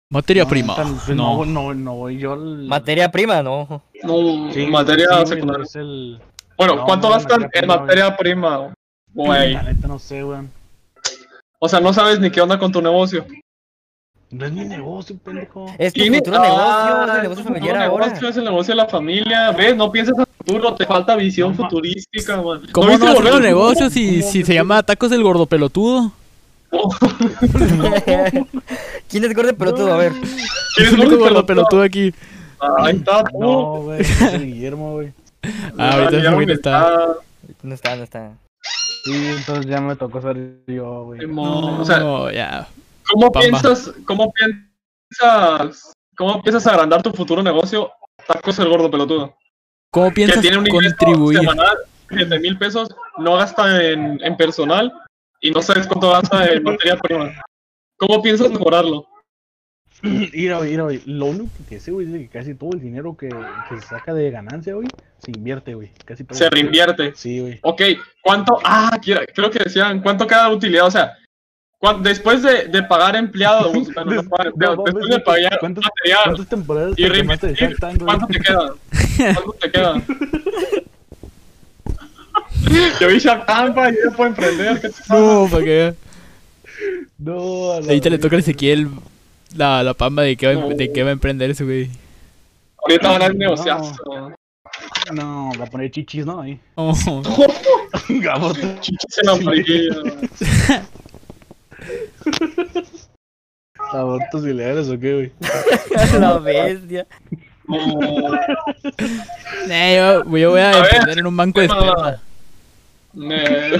Speaker 1: Materia
Speaker 3: No,
Speaker 1: prima.
Speaker 3: neta, pues,
Speaker 1: No.
Speaker 3: No, no, no voy yo al.
Speaker 4: Materia prima, no.
Speaker 2: No,
Speaker 3: Sí,
Speaker 2: materia
Speaker 3: sí, güey,
Speaker 2: secundaria.
Speaker 3: es el-
Speaker 2: Bueno,
Speaker 3: No,
Speaker 2: ¿cuánto
Speaker 3: no,
Speaker 2: gastan
Speaker 3: materia
Speaker 2: en
Speaker 3: prima,
Speaker 2: materia prima, güey?
Speaker 3: La neta no sé, güey.
Speaker 2: O sea, no sabes ni qué onda con tu negocio.
Speaker 3: No es mi negocio, pendejo.
Speaker 4: Es tu
Speaker 2: Tiene-
Speaker 4: futuro
Speaker 2: Ah,
Speaker 4: negocio, es el
Speaker 2: tu
Speaker 4: negocio
Speaker 2: futuro
Speaker 4: familiar ahora.
Speaker 2: negocio, Es el negocio de la familia. ¿Ves? No piensas a futuro, te falta visión
Speaker 3: No, ma-
Speaker 2: futurística, man. ¿No
Speaker 1: ¿Cómo
Speaker 2: viste
Speaker 1: no hacer
Speaker 2: Volver
Speaker 1: un
Speaker 2: al Futuro?
Speaker 1: negocio si,
Speaker 3: ¿Cómo?
Speaker 1: si se llama Tacos del Gordo Pelotudo?
Speaker 4: ¿Quién es gordo pelotudo? A ver.
Speaker 1: Es
Speaker 2: ¿Quieres
Speaker 1: el único
Speaker 2: volver al
Speaker 1: gordo
Speaker 2: futuro?
Speaker 1: pelotudo aquí.
Speaker 2: Ahí está, tú.
Speaker 3: No, güey. Es el Guillermo, güey.
Speaker 1: Ah, ahorita
Speaker 2: ya
Speaker 1: se
Speaker 2: me
Speaker 1: ahorita está.
Speaker 4: No está, no está.
Speaker 3: Sí, entonces ya me tocó ser yo, güey.
Speaker 2: Simón. O sea,
Speaker 1: No, ya.
Speaker 2: ¿Cómo
Speaker 1: Pamba.
Speaker 2: piensas, cómo piensas, cómo piensas agrandar tu futuro negocio? Tacos el gordo pelotudo.
Speaker 1: ¿Cómo
Speaker 2: Que
Speaker 1: piensas
Speaker 2: tiene un ingreso
Speaker 1: contribuir?
Speaker 2: semanal de mil pesos, no gasta en, en personal y no sabes cuánto gasta en materia prima. ¿Cómo piensas mejorarlo?
Speaker 3: Mira, güey, mira, güey. Lo único que sé, güey, es de que casi todo el dinero que, que se saca de ganancia, güey, se invierte, güey. Casi todo.
Speaker 2: Se reinvierte.
Speaker 3: Sí, güey.
Speaker 2: Ok, ¿cuánto? Ah, quiera- creo que decían, ¿cuánto queda de utilidad? O sea, cuan- después de, de pagar empleados, bueno, no pagar empleados,
Speaker 3: No,
Speaker 2: después
Speaker 3: mames,
Speaker 2: de pagar
Speaker 3: ¿cuántos-
Speaker 2: material,
Speaker 3: ¿Cuántas temporadas
Speaker 2: Y
Speaker 3: te tomaste de
Speaker 2: reinvertir,
Speaker 3: Shark Tank, güey?
Speaker 2: ¿cuánto te queda? ¿Cuánto te queda? Yo vi Shark Tank, pa, y yo puedo emprender. ¿qué te pasa?
Speaker 1: No, para que
Speaker 3: No, a la
Speaker 1: Ahorita le
Speaker 3: verga.
Speaker 1: toca a Ezequiel la, la pamba de que, va,
Speaker 2: No.
Speaker 1: de que va a emprender ese güey.
Speaker 2: Ahorita van a negociar.
Speaker 3: No, va a poner chichis, ¿no? Ahí.
Speaker 1: Oh,
Speaker 3: Gabo,
Speaker 2: Chichis en amarillo.
Speaker 3: abortos ilegales o qué, güey.
Speaker 4: La bestia.
Speaker 2: No.
Speaker 1: Eh, yo, yo voy a,
Speaker 2: A ver,
Speaker 1: emprender en un banco de
Speaker 2: tema.
Speaker 1: esperma.
Speaker 2: Ne-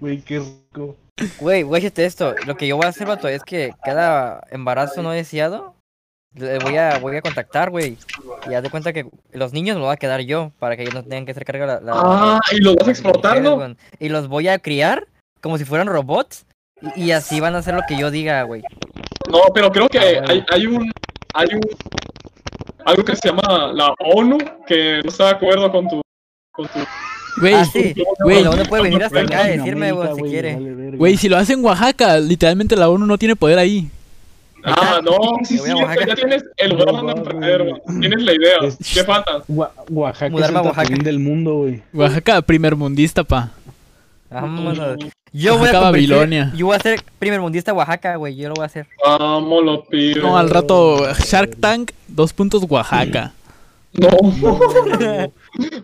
Speaker 3: Güey, qué rico.
Speaker 4: Güey, güey, fíjate esto. Lo que yo voy a hacer, vato, es que cada embarazo no deseado, le voy a, voy a contactar, güey. Y haz de cuenta que los niños me los voy a quedar yo, para que ellos no tengan que hacer carga la... la-
Speaker 2: Ah, y lo vas a
Speaker 4: las
Speaker 2: explotar,
Speaker 4: mujeres,
Speaker 2: ¿no?
Speaker 4: weón. Y los voy a criar como si fueran robots. Y, y así van a hacer lo que yo diga, güey.
Speaker 2: No, pero creo que
Speaker 4: Ah, bueno.
Speaker 2: hay, hay un. Hay un. Algo que se llama la ONU, que no está de acuerdo con tu. Con tu
Speaker 1: Güey,
Speaker 4: Ah, sí.
Speaker 1: güey.
Speaker 4: Bueno, uno puede venir hasta acá y
Speaker 3: Güey,
Speaker 4: decirme,
Speaker 3: Latinoamérica,
Speaker 4: güey, si quiere.
Speaker 3: vale verga.
Speaker 1: Güey, si lo hace en Oaxaca, literalmente la ONU no tiene poder ahí.
Speaker 2: Ah, no, sí,
Speaker 4: Me voy a
Speaker 2: sí,
Speaker 4: Oaxaca.
Speaker 2: ya tienes el
Speaker 3: No,
Speaker 2: don de
Speaker 3: no,
Speaker 2: emprender,
Speaker 3: no, no.
Speaker 2: güey. Tienes la idea.
Speaker 3: Es-
Speaker 2: ¿Qué falta?
Speaker 3: Gua- Oaxaca es el
Speaker 4: Mudarme a Oaxaca.
Speaker 3: Tatooine del mundo, güey.
Speaker 1: Oaxaca, primer mundista, pa.
Speaker 4: Vámonos. Yo voy
Speaker 1: Oaxaca,
Speaker 4: a convertir-
Speaker 1: Babilonia.
Speaker 4: Yo voy a ser primer mundista Oaxaca, güey. Yo lo voy a hacer.
Speaker 2: Vamos, lo pido.
Speaker 1: No, al rato Shark Tank, dos puntos Oaxaca.
Speaker 2: No.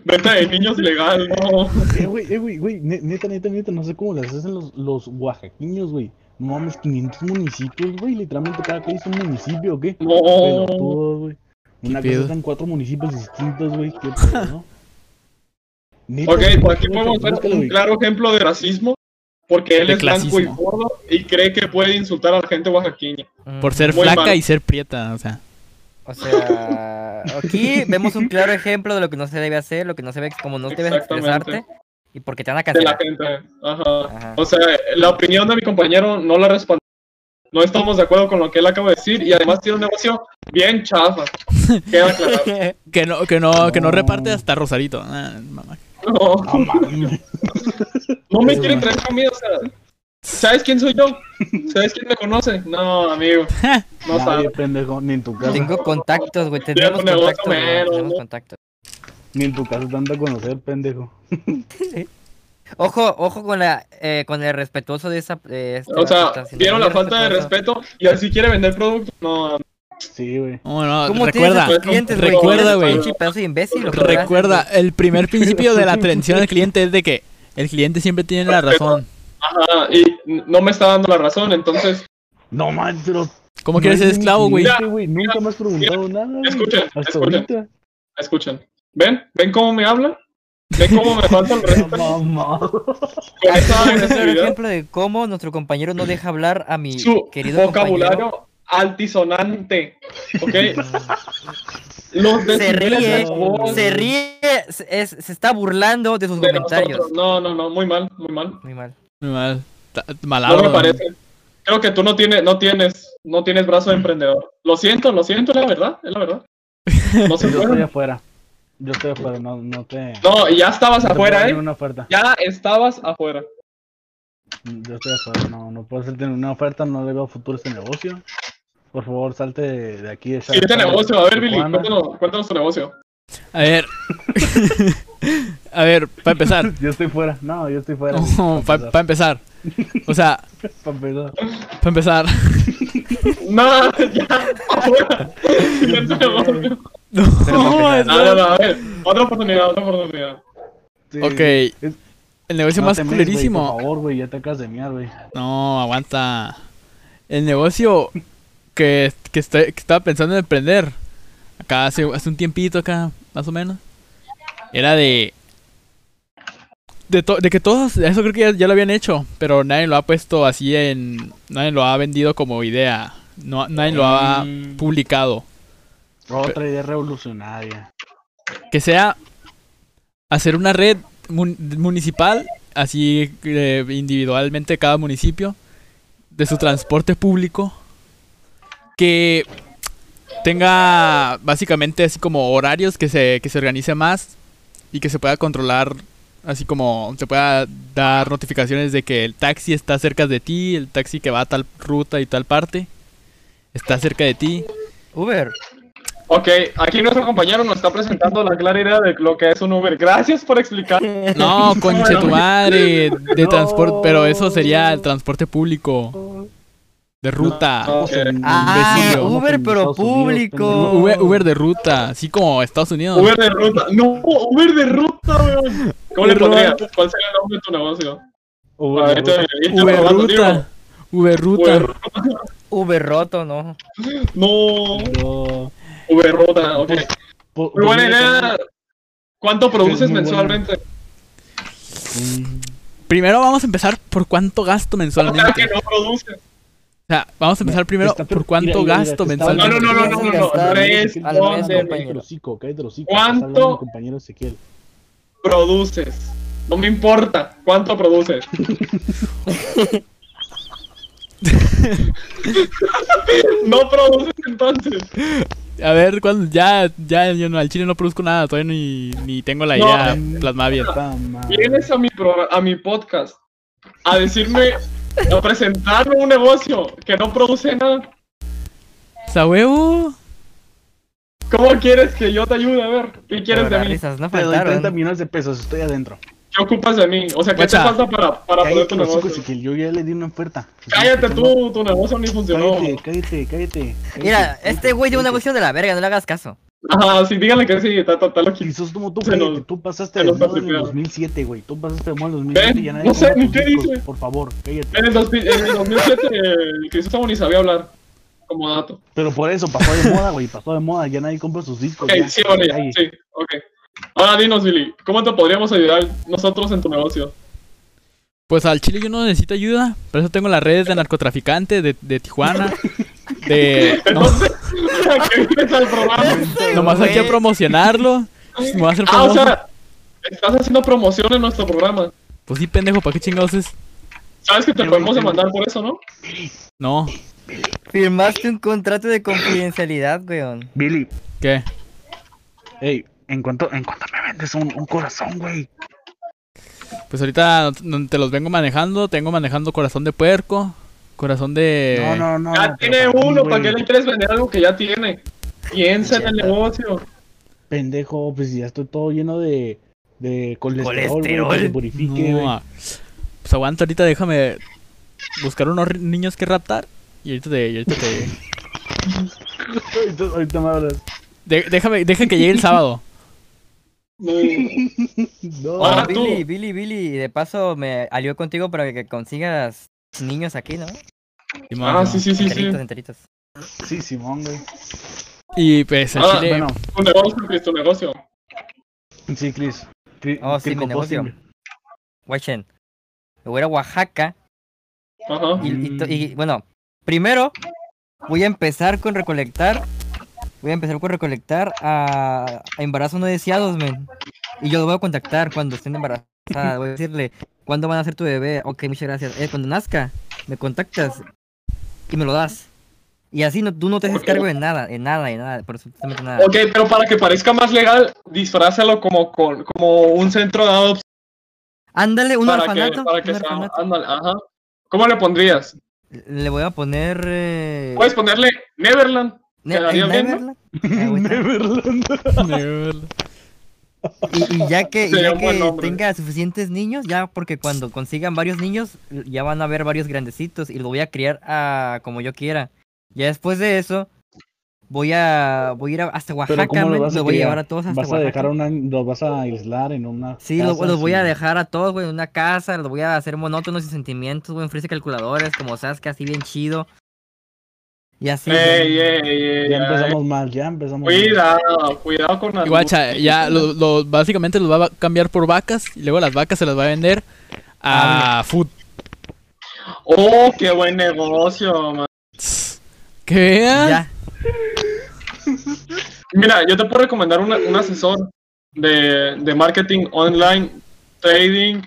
Speaker 2: Venta de niños ilegal, no.
Speaker 3: Eh, güey, eh, güey, güey, ne- neta, neta, neta, no sé cómo las hacen los, los oaxaqueños, güey. No mames, 500 municipios, güey, literalmente cada país es un municipio, ¿o qué?
Speaker 2: No.
Speaker 3: Pelotudos, güey. Una
Speaker 1: pedo?
Speaker 3: casa están cuatro municipios distintos, güey, qué pedo, ¿no? Neta,
Speaker 2: Ok,
Speaker 3: güey,
Speaker 2: pues aquí
Speaker 3: búscalo,
Speaker 2: podemos ver
Speaker 3: búscalo,
Speaker 2: un
Speaker 3: güey.
Speaker 2: claro ejemplo de racismo. Porque él
Speaker 1: De
Speaker 2: es blanco y
Speaker 1: clasismo.
Speaker 2: gordo y cree que puede insultar a la gente oaxaqueña.
Speaker 4: Mm.
Speaker 1: Por ser
Speaker 2: Muy
Speaker 1: flaca
Speaker 2: mal.
Speaker 1: y ser prieta, o sea.
Speaker 4: O sea, aquí vemos un claro ejemplo de lo que no se debe hacer, lo que no se debe, como no debes
Speaker 2: Exactamente.
Speaker 4: expresarte y porque te van a
Speaker 2: De la
Speaker 4: cancelar.
Speaker 2: gente. Ajá.
Speaker 4: Ajá.
Speaker 2: O sea, la opinión de mi compañero no la respalda. No estamos de acuerdo con lo que él acaba de decir y además tiene un negocio bien chafa. Queda claro.
Speaker 1: Que no, que no, que no
Speaker 3: No.
Speaker 1: reparte hasta Rosarito. Ah, mamá.
Speaker 2: No,
Speaker 3: No mames.
Speaker 2: no me quieren traer comida, o sea, ¿sabes quién soy yo? ¿Sabes quién me conoce? No, amigo, no
Speaker 3: Nadie,
Speaker 2: sabes.
Speaker 3: pendejo, ni en tu casa.
Speaker 4: Tengo contactos, güey. Tenemos
Speaker 2: un negocio
Speaker 4: contactos. güey,
Speaker 2: menos,
Speaker 4: Tenemos
Speaker 2: ¿no?
Speaker 4: contactos.
Speaker 3: Ni en tu casa tanto a conocer, pendejo.
Speaker 4: Ojo, ojo con la, eh, con el respetuoso de esa. de este
Speaker 2: O
Speaker 4: vato,
Speaker 2: sea,
Speaker 4: está este siendo
Speaker 2: vieron
Speaker 4: muy
Speaker 2: la falta de
Speaker 4: respetuoso.
Speaker 2: respeto y así quiere vender producto. No,
Speaker 3: Sí, güey.
Speaker 1: No, no,
Speaker 4: ¿Cómo tienes
Speaker 1: recuerda,
Speaker 4: a tus clientes, güey?
Speaker 1: recuerda,
Speaker 4: Eres un
Speaker 1: güey.
Speaker 4: pinche pedazo de imbécil, ojalá.
Speaker 1: recuerda, el primer principio de la atención al cliente es de que el cliente siempre tiene la razón.
Speaker 2: ajá, ah, y no me está dando la razón, entonces,
Speaker 3: No manches, pero
Speaker 1: ¿Cómo quieres
Speaker 3: No
Speaker 1: ser
Speaker 3: es mi
Speaker 1: esclavo, güey?
Speaker 3: cliente, Nunca me has preguntado nada, güey.
Speaker 2: escuchen,
Speaker 3: Hasta
Speaker 2: escuchen.
Speaker 3: ahorita.
Speaker 2: escuchen, ¿ven? ¿Ven cómo me habla? ¿Ven cómo me falta el respeto?
Speaker 3: Mamá.
Speaker 2: Con esa
Speaker 4: Aquí es un claro
Speaker 2: agresividad,
Speaker 4: ejemplo de cómo nuestro compañero no deja hablar a mi
Speaker 2: su
Speaker 4: querido compañero.
Speaker 2: vocabulario altisonante, ¿ok? Los
Speaker 4: Se
Speaker 2: decibeles de
Speaker 4: ríe,
Speaker 2: su voz
Speaker 4: se ríe, se- es- se está burlando de sus
Speaker 2: de
Speaker 4: comentarios.
Speaker 2: nosotros. No, no, no, muy mal, muy mal.
Speaker 4: Muy mal.
Speaker 1: Muy mal. Ta-
Speaker 2: No
Speaker 1: Malabro.
Speaker 2: me parece. Creo que tú no tienes, no tienes, no tienes brazo de emprendedor. Lo siento, lo siento, es la verdad, es la verdad. No se
Speaker 3: Yo estoy
Speaker 2: puede.
Speaker 3: afuera. Yo estoy afuera, no, no te.
Speaker 2: No, y ya estabas
Speaker 3: no te puedo
Speaker 2: afuera,
Speaker 3: hacer
Speaker 2: eh.
Speaker 3: Una oferta.
Speaker 2: Ya estabas afuera.
Speaker 3: Yo estoy afuera, no, no puedo hacerte una oferta, no le veo futuro a este negocio. Por favor, salte de, de aquí. De Shark
Speaker 2: Siguiente
Speaker 3: Tank,
Speaker 2: este negocio, a ver, Billy,
Speaker 3: Tijuana.
Speaker 2: cuéntanos, cuéntanos tu negocio.
Speaker 1: A ver. a ver, para empezar.
Speaker 3: Yo estoy fuera, no, yo estoy fuera.
Speaker 1: Oh. para empezar. O sea,
Speaker 3: Pa' empezar.
Speaker 1: para empezar.
Speaker 2: No, ya, afuera. Siguiente este negocio.
Speaker 1: No, es-
Speaker 2: No, no, no, a ver, otra oportunidad, otra oportunidad.
Speaker 3: Sí.
Speaker 1: Ok,
Speaker 3: Es-
Speaker 1: el negocio
Speaker 3: no
Speaker 1: más
Speaker 3: te mees, güey,
Speaker 1: culerísimo.
Speaker 3: Por favor, güey, ya te acabas de miar, güey.
Speaker 1: No, aguanta. El negocio que, que, estoy- que estaba pensando en emprender, acá hace, hace un tiempito, acá, más o menos, era de. De, to- de que todos, eso creo que ya, ya lo habían hecho, pero nadie lo ha puesto así en. Nadie lo ha vendido como idea. No, nadie lo ha
Speaker 3: Mm.
Speaker 1: publicado.
Speaker 3: Otra idea revolucionaria.
Speaker 1: que sea hacer una red mun- municipal, así eh, individualmente cada municipio, de su transporte público, que tenga básicamente así como horarios que se, que se organice más y que se pueda controlar, así como se pueda dar notificaciones de que el taxi está cerca de ti, el taxi que va a tal ruta y tal parte, está cerca de ti.
Speaker 4: Uber.
Speaker 2: Ok, aquí nuestro compañero nos está presentando la clara idea de lo que es un Uber. Gracias por explicar.
Speaker 1: No, conche tu madre. De
Speaker 3: No.
Speaker 1: transporte, pero eso sería el transporte público. De ruta.
Speaker 2: No, no.
Speaker 4: Ah,
Speaker 1: Imbécil.
Speaker 4: Uber, pero
Speaker 3: Estamos en Estados Unidos,
Speaker 4: público.
Speaker 1: U- Uber, Uber de ruta, así como Estados Unidos.
Speaker 2: Uber de ruta. No, Uber de ruta, weón. ¿Cómo le
Speaker 1: Qué
Speaker 2: pondrías? ¿Cuál sería el nombre de tu negocio? Ah, este, Uber,
Speaker 3: Uber, Uber.
Speaker 1: Uber ruta. Uber ruta.
Speaker 4: Uber roto, ¿no?
Speaker 2: No,
Speaker 3: Yo-
Speaker 2: Uber ruta, ok.
Speaker 3: po-
Speaker 2: Muy buena
Speaker 3: ponle-
Speaker 2: idea. ¿Cuánto produces
Speaker 3: muy buena.
Speaker 2: mensualmente?
Speaker 3: Mm,
Speaker 1: Primero vamos a empezar por cuánto gasto
Speaker 2: Claro
Speaker 1: mensualmente.
Speaker 2: que no produces.
Speaker 1: O sea, vamos a empezar primero
Speaker 3: Está per-
Speaker 1: por cuánto
Speaker 3: mira, mira, mira,
Speaker 1: gasto
Speaker 3: te estaba-
Speaker 2: No, no,
Speaker 1: mensualmente.
Speaker 2: no, no, no, no, no.
Speaker 4: Gastar al mes,
Speaker 2: Respóndeme.
Speaker 4: compañero.
Speaker 3: Cállate el hocico, cállate el hocico.
Speaker 2: ¿Cuánto?
Speaker 3: Está hablando mi compañero Ezequiel.
Speaker 2: Produces. No me importa cuánto produces. no produces entonces.
Speaker 1: A ver, cuándo- ya, ya, yo no, al chile no produzco nada, todavía ni, ni tengo la
Speaker 2: No.
Speaker 1: idea plasmada bien.
Speaker 3: Ta madre.
Speaker 2: Vienes a mi, progra- a mi podcast a decirme, a presentarme un negocio que no produce nada.
Speaker 1: ¡Está huevo!
Speaker 2: ¿Cómo quieres que yo te ayude? A ver, ¿qué quieres de
Speaker 4: Las
Speaker 2: mí?
Speaker 4: risas no
Speaker 3: Te doy 30
Speaker 4: faltaron.
Speaker 3: millones de pesos, estoy adentro.
Speaker 2: ¿Qué ocupas de mí? O sea, ¿qué
Speaker 1: Guacha.
Speaker 2: te falta para, para poner
Speaker 3: Cállate
Speaker 2: tu
Speaker 3: los
Speaker 2: negocio?
Speaker 3: hijos, Ezequiel, yo ya le di una oferta.
Speaker 2: Cállate tú, tu negocio ni funcionó.
Speaker 3: Cállate, cállate, cállate.
Speaker 4: Mira, este güey dio un negocio de la verga, no le hagas caso.
Speaker 2: Ajá, sí, díganle que sí, está, está, está loquito.
Speaker 3: Crisóstomo, tú,
Speaker 2: Se
Speaker 3: cállate,
Speaker 2: los-
Speaker 3: tú pasaste
Speaker 2: se
Speaker 3: de
Speaker 2: los
Speaker 3: moda en el
Speaker 2: patripearon.
Speaker 3: 2007, güey. Tú pasaste de moda en el
Speaker 2: Ven,
Speaker 3: 2007 y ya nadie
Speaker 2: no sé
Speaker 3: compra
Speaker 2: ni
Speaker 3: tus
Speaker 2: qué
Speaker 3: discos.
Speaker 2: dice.
Speaker 3: Por favor, cállate.
Speaker 2: En el, 2000 en el 2007, eh, Crisóstomo ni sabía hablar. Como dato.
Speaker 3: Pero por eso, pasó de moda, güey. Pasó de moda, ya nadie compra sus discos.
Speaker 2: Ok,
Speaker 3: ya,
Speaker 2: sí, vale,
Speaker 3: calle.
Speaker 2: sí, ok. Ahora dinos, Billy, ¿cómo te podríamos ayudar nosotros en tu negocio?
Speaker 1: Pues al chile yo no necesito ayuda. Por eso tengo las redes de narcotraficantes de, de Tijuana. De. no,
Speaker 2: Entonces, ¿a qué vienes al programa?
Speaker 1: nomás aquí a promocionarlo. Me voy a hacer
Speaker 2: Ah, o
Speaker 1: famoso.
Speaker 2: sea, estás haciendo promoción en nuestro programa.
Speaker 1: Pues sí, pendejo, ¿para qué chingados es?
Speaker 2: Sabes que te
Speaker 3: Qué
Speaker 2: podemos
Speaker 3: bonito.
Speaker 2: demandar por eso, ¿no?
Speaker 1: No,
Speaker 4: Firmaste un contrato de confidencialidad, weón.
Speaker 3: Billy,
Speaker 1: ¿qué?
Speaker 3: ey, en cuanto, en cuanto me vendes un, un corazón, güey.
Speaker 1: Pues ahorita no- no te los vengo manejando. Tengo manejando corazón de puerco. Corazón
Speaker 4: Eh,
Speaker 1: de.
Speaker 3: No, no, no.
Speaker 2: ya
Speaker 3: no,
Speaker 2: tiene
Speaker 3: pero para ti,
Speaker 2: uno, ¿para
Speaker 3: güey.
Speaker 2: qué le quieres vender algo que ya tiene? Piensa en el negocio.
Speaker 3: Pendejo, pues ya estoy todo lleno de, de colesterol,
Speaker 4: Colesterol.
Speaker 3: güey, que se purifique,
Speaker 1: No,
Speaker 3: güey.
Speaker 1: ah. Pues aguanta, ahorita déjame buscar unos ri- niños que raptar. Y ahorita te. y ahorita te-
Speaker 3: Ahorita- Ahorita me hablas.
Speaker 1: De- déjame, dejen que llegue el sábado.
Speaker 2: No.
Speaker 3: No,
Speaker 2: Ahora
Speaker 4: Oye,
Speaker 2: tú.
Speaker 4: Oh, Billy, Billy, Billy, y de paso me alió contigo para que consigas niños aquí, ¿no?
Speaker 1: Simón,
Speaker 2: Ah, sí,
Speaker 1: Simón.
Speaker 2: sí, sí, sí.
Speaker 4: enteritos, enteritos.
Speaker 3: sí, Simón, güey.
Speaker 1: Y pues al
Speaker 2: Ah,
Speaker 1: chile.
Speaker 3: Bueno,
Speaker 2: Tu negocio, Cris, tu negocio.
Speaker 3: sí, Cris. Cri-
Speaker 4: Oh, sí, mi
Speaker 3: Cricoposting.
Speaker 4: negocio. Guachen. Me voy a ir a Oaxaca
Speaker 2: Ajá.
Speaker 4: y, y to-
Speaker 3: Mm.
Speaker 4: y, bueno, primero voy a empezar con recolectar. Voy a empezar con recolectar a, a embarazos no deseados, men. Y yo lo voy a contactar cuando estén embarazadas. Voy a decirle, ¿cuándo van a hacer tu bebé? Ok, muchas gracias. Eh, cuando nazca, me contactas y me lo das. Y así no, tú no te haces
Speaker 2: Ok.
Speaker 4: cargo de nada, de nada, de nada, por absolutamente nada.
Speaker 2: Ok, pero para que parezca más legal, disfrázalo como, con- como un centro de adopción.
Speaker 4: Ándale, un
Speaker 2: para
Speaker 4: orfanato.
Speaker 2: que, para que
Speaker 4: un
Speaker 2: sea-
Speaker 4: orfanato.
Speaker 2: ándale, ajá. ¿Cómo le pondrías?
Speaker 4: Le voy a poner. eh,
Speaker 2: Puedes ponerle Neverland.
Speaker 4: Ne-
Speaker 2: Pues, ¿Quedaría
Speaker 4: en
Speaker 2: bien, no?
Speaker 4: Neverland. Ah, güey, está.
Speaker 3: Neverland.
Speaker 4: Y, y ya que, y
Speaker 2: Sería
Speaker 4: ya
Speaker 2: un buen
Speaker 4: que
Speaker 2: nombre.
Speaker 4: tenga suficientes niños, ya porque cuando consigan varios niños, ya van a haber varios grandecitos y lo voy a criar a como yo quiera. Ya después de eso, voy a voy a ir a- hasta
Speaker 3: Pero
Speaker 4: Oaxaca,
Speaker 3: ¿cómo lo
Speaker 4: men,
Speaker 3: vas a
Speaker 4: los voy a
Speaker 3: criar?
Speaker 4: llevar a todos hasta
Speaker 3: ¿Vas a dejar una,
Speaker 4: Oaxaca.
Speaker 3: los vas a aislar en una
Speaker 4: Sí, lo-
Speaker 3: casa,
Speaker 4: los voy a
Speaker 3: sí?
Speaker 4: dejar a todos, güey, en una casa, los voy a hacer monótonos y sentimientos, güey, en frise calculadores, como Sasuke, así bien chido. Y así.
Speaker 2: Ey,
Speaker 4: güey.
Speaker 2: ey, ey,
Speaker 3: Ya
Speaker 2: ey.
Speaker 3: empezamos mal, ya empezamos mal.
Speaker 2: Cuidado, cuidado con la
Speaker 1: Y guacha, ya lo- lo- básicamente los va a cambiar por vacas y luego las vacas se las va a vender
Speaker 3: Ah,
Speaker 1: a Food.
Speaker 2: Oh, qué buen negocio, man.
Speaker 1: ¿Qué vean?
Speaker 4: Ya.
Speaker 2: Mira, yo te puedo recomendar una- un asesor de, de marketing online, trading,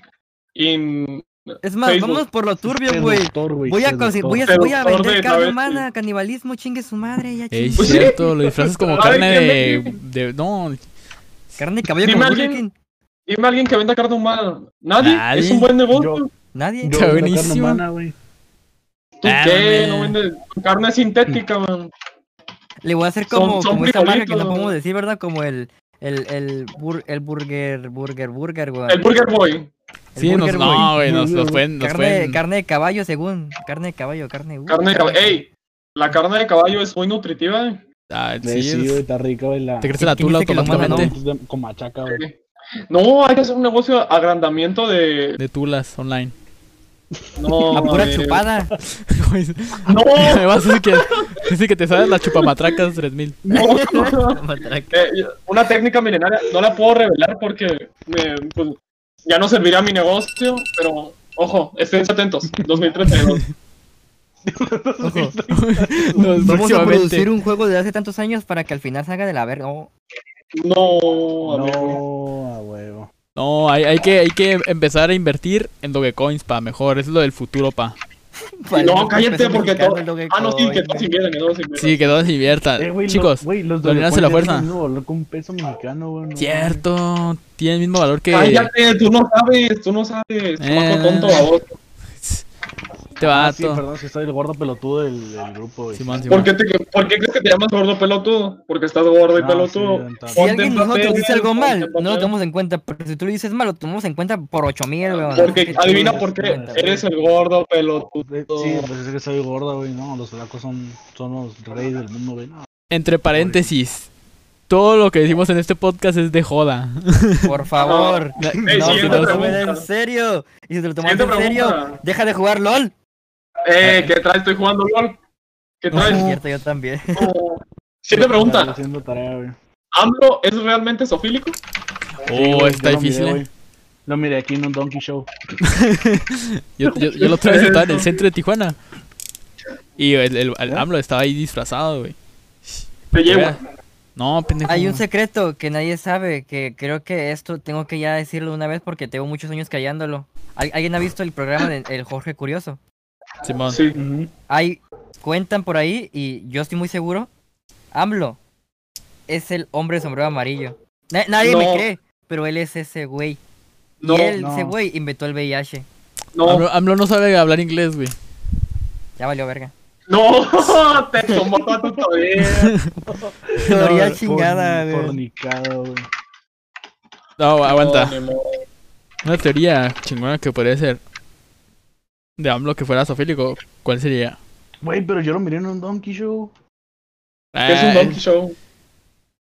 Speaker 2: in
Speaker 4: Es más,
Speaker 2: Facebook.
Speaker 4: vamos por lo turbio, güey.
Speaker 3: Seductor, güey.
Speaker 4: Voy a, consi-
Speaker 3: seductor.
Speaker 4: voy a,
Speaker 2: Seductor
Speaker 4: voy a
Speaker 2: de
Speaker 4: vender carne
Speaker 2: travesti.
Speaker 4: humana, canibalismo, chingue su madre, ya
Speaker 1: Ey,
Speaker 4: chingue.
Speaker 2: Pues sí.
Speaker 1: cierto, lo disfrazas como
Speaker 2: Ay,
Speaker 1: carne
Speaker 2: qué
Speaker 1: de,
Speaker 2: imbécil.
Speaker 1: de- No,
Speaker 4: Carne y cabello
Speaker 2: Dime
Speaker 4: como
Speaker 2: alguien-
Speaker 4: Burger King.
Speaker 2: Dime a alguien que venda carne humana. ¿Nadie?
Speaker 1: Nadie.
Speaker 2: Es un buen negocio.
Speaker 4: Nadie.
Speaker 3: Yo
Speaker 1: Está
Speaker 3: vendo carne
Speaker 1: buenísimo.
Speaker 3: humana, güey.
Speaker 2: ¿Tú
Speaker 1: Ah,
Speaker 2: qué?
Speaker 1: man.
Speaker 2: No vendes carne sintética, man.
Speaker 4: Le voy a hacer
Speaker 2: Son-
Speaker 4: como,
Speaker 2: son
Speaker 4: como esa marca que no
Speaker 2: frijolitos.
Speaker 4: podemos decir, ¿verdad? Como el el el, bur- el burger burger burger, güey.
Speaker 2: El Burger Boy.
Speaker 4: El
Speaker 1: sí, nos,
Speaker 4: Burger Boy.
Speaker 1: no, güey, nos, nos pueden. Nos
Speaker 4: carne,
Speaker 1: pueden-
Speaker 4: carne de caballo, según. Carne de caballo, carne. uh,
Speaker 2: Carne de caballo. Ey, la carne de caballo es muy nutritiva. eh.
Speaker 1: Ah, sí,
Speaker 3: Sí, sí,
Speaker 1: es-
Speaker 3: güey, está rica, güey. La...
Speaker 1: te crece la
Speaker 4: ¿Quién
Speaker 1: tula
Speaker 4: dice que lo manda,
Speaker 1: automáticamente
Speaker 3: No, Con machaca, güey.
Speaker 2: No, hay que hacer un negocio de agrandamiento de.
Speaker 1: de tulas online.
Speaker 2: No,
Speaker 4: A pura
Speaker 2: de-
Speaker 4: chupada.
Speaker 1: Güey,
Speaker 2: No,
Speaker 1: Me vas a decir que, decir que te sabes la chupamatracas 3000.
Speaker 2: no.
Speaker 4: Matraca.
Speaker 2: Eh, una técnica milenaria, no la puedo revelar porque me, pues, ya no servirá a mi negocio, pero ojo, estén atentos, 2032.
Speaker 4: Ojo,
Speaker 1: Nos-
Speaker 4: Vamos a
Speaker 1: próximamente.
Speaker 4: producir un juego de hace tantos años para que al final salga de la verga. Oh,
Speaker 2: No, amigo.
Speaker 3: No, a huevo.
Speaker 1: No, hay, hay, que, hay que empezar a invertir en Dogecoins, pa, mejor. Es lo del futuro, pa.
Speaker 2: No,
Speaker 4: vale, pues,
Speaker 2: cállate
Speaker 4: peso
Speaker 2: porque
Speaker 4: mexicano,
Speaker 2: todo...
Speaker 4: Dogecoin,
Speaker 2: Ah, no, sí, que todos
Speaker 4: güey.
Speaker 2: inviertan, que todos inviertan.
Speaker 1: Sí, que todos se diviertan.
Speaker 3: Eh, güey, lo-
Speaker 1: Chicos,
Speaker 3: güey, los
Speaker 1: lo alineas a la
Speaker 3: Dogecoin
Speaker 1: fuerza.
Speaker 3: tienen el mismo valor que un peso mexicano, güey. no mames.
Speaker 1: Cierto, tiene el mismo valor que.
Speaker 2: Cállate, tú no sabes, tú no sabes, chamaco
Speaker 1: Eh.
Speaker 2: tonto, baboso.
Speaker 1: Este
Speaker 3: Ah,
Speaker 1: vato.
Speaker 3: sí, perdón, si soy el gordo pelotudo del, del grupo, güey.
Speaker 1: Simón, Simón.
Speaker 2: ¿Por qué, te- por qué crees que te llamas gordo pelotudo? Porque estás gordo y
Speaker 3: No, Ah, sí,
Speaker 2: pelotudo.
Speaker 3: entonces-
Speaker 4: Si
Speaker 2: Ponte
Speaker 4: alguien de nosotros
Speaker 2: papeles,
Speaker 4: dice algo
Speaker 2: ponte
Speaker 4: mal, no lo
Speaker 2: papeles.
Speaker 4: tomamos en cuenta. Pero si tú lo dices mal, lo tomamos en cuenta por 8000, weón.
Speaker 2: Porque adivina por qué.
Speaker 4: Cuenta,
Speaker 2: Eres el gordo pelotudo.
Speaker 3: Sí, pues es que soy gordo, güey, no, los flacos son, son los reyes del mundo, güey. No,
Speaker 1: Entre paréntesis. Todo lo que decimos en este podcast es de joda.
Speaker 4: Por favor.
Speaker 1: Na-
Speaker 4: No,
Speaker 2: Eh,
Speaker 1: no,
Speaker 4: si
Speaker 2: siguiente
Speaker 4: te lo
Speaker 1: no,
Speaker 4: tomas
Speaker 2: pregunta.
Speaker 4: en serio. Y si te lo tomas en
Speaker 2: Siguiente
Speaker 4: serio,
Speaker 2: pregunta.
Speaker 4: deja de jugar LOL.
Speaker 2: Eh, ¿qué traes? Estoy jugando LOL. ¿Qué
Speaker 4: No, es
Speaker 2: traes?
Speaker 4: cierto, yo también.
Speaker 2: Oh. Siguiente pregunta.
Speaker 3: Haciendo tarea, güey.
Speaker 2: ¿AMLO es realmente sofílico?
Speaker 3: Sí,
Speaker 1: Oh,
Speaker 3: güey,
Speaker 1: está
Speaker 3: yo lo miré,
Speaker 1: difícil. eh.
Speaker 3: güey. Lo miré aquí en un Donkey Show.
Speaker 1: Yo, yo, yo la otra vez estaba en el centro de Tijuana. Y el, el- el
Speaker 3: ¿Ya?
Speaker 1: AMLO estaba ahí disfrazado, güey.
Speaker 2: Te llevo.
Speaker 1: Vea. No, pendejo.
Speaker 4: Hay un secreto que nadie sabe, que creo que esto tengo que ya decirlo una vez porque tengo muchos años callándolo. ¿Al- ¿Alguien ha visto el programa del el Jorge Curioso?
Speaker 1: Simón.
Speaker 2: Sí.
Speaker 4: Hay, cuentan por ahí y yo estoy muy seguro, AMLO es el hombre de sombrero amarillo. Na- nadie me
Speaker 2: No.
Speaker 4: cree, pero él es ese güey.
Speaker 2: No,
Speaker 4: y él,
Speaker 3: no.
Speaker 4: ese güey, inventó el VIH.
Speaker 2: No,
Speaker 1: AMLO, AMLO no sabe hablar inglés, güey.
Speaker 4: Ya valió verga.
Speaker 2: no, te tomó toda tu tarea.
Speaker 4: Teoría
Speaker 3: Por-
Speaker 4: chingada, güey.
Speaker 3: Fornicado, güey.
Speaker 1: No, aguanta.
Speaker 2: No, ni modo.
Speaker 1: Una teoría chingona que podría ser de AMLO que fuera sofílico. ¿Cuál sería?
Speaker 3: Güey, pero yo lo miré en un Donkey Show.
Speaker 2: ¿Qué
Speaker 4: Eh.
Speaker 2: es un
Speaker 1: Ah,
Speaker 2: donkey show.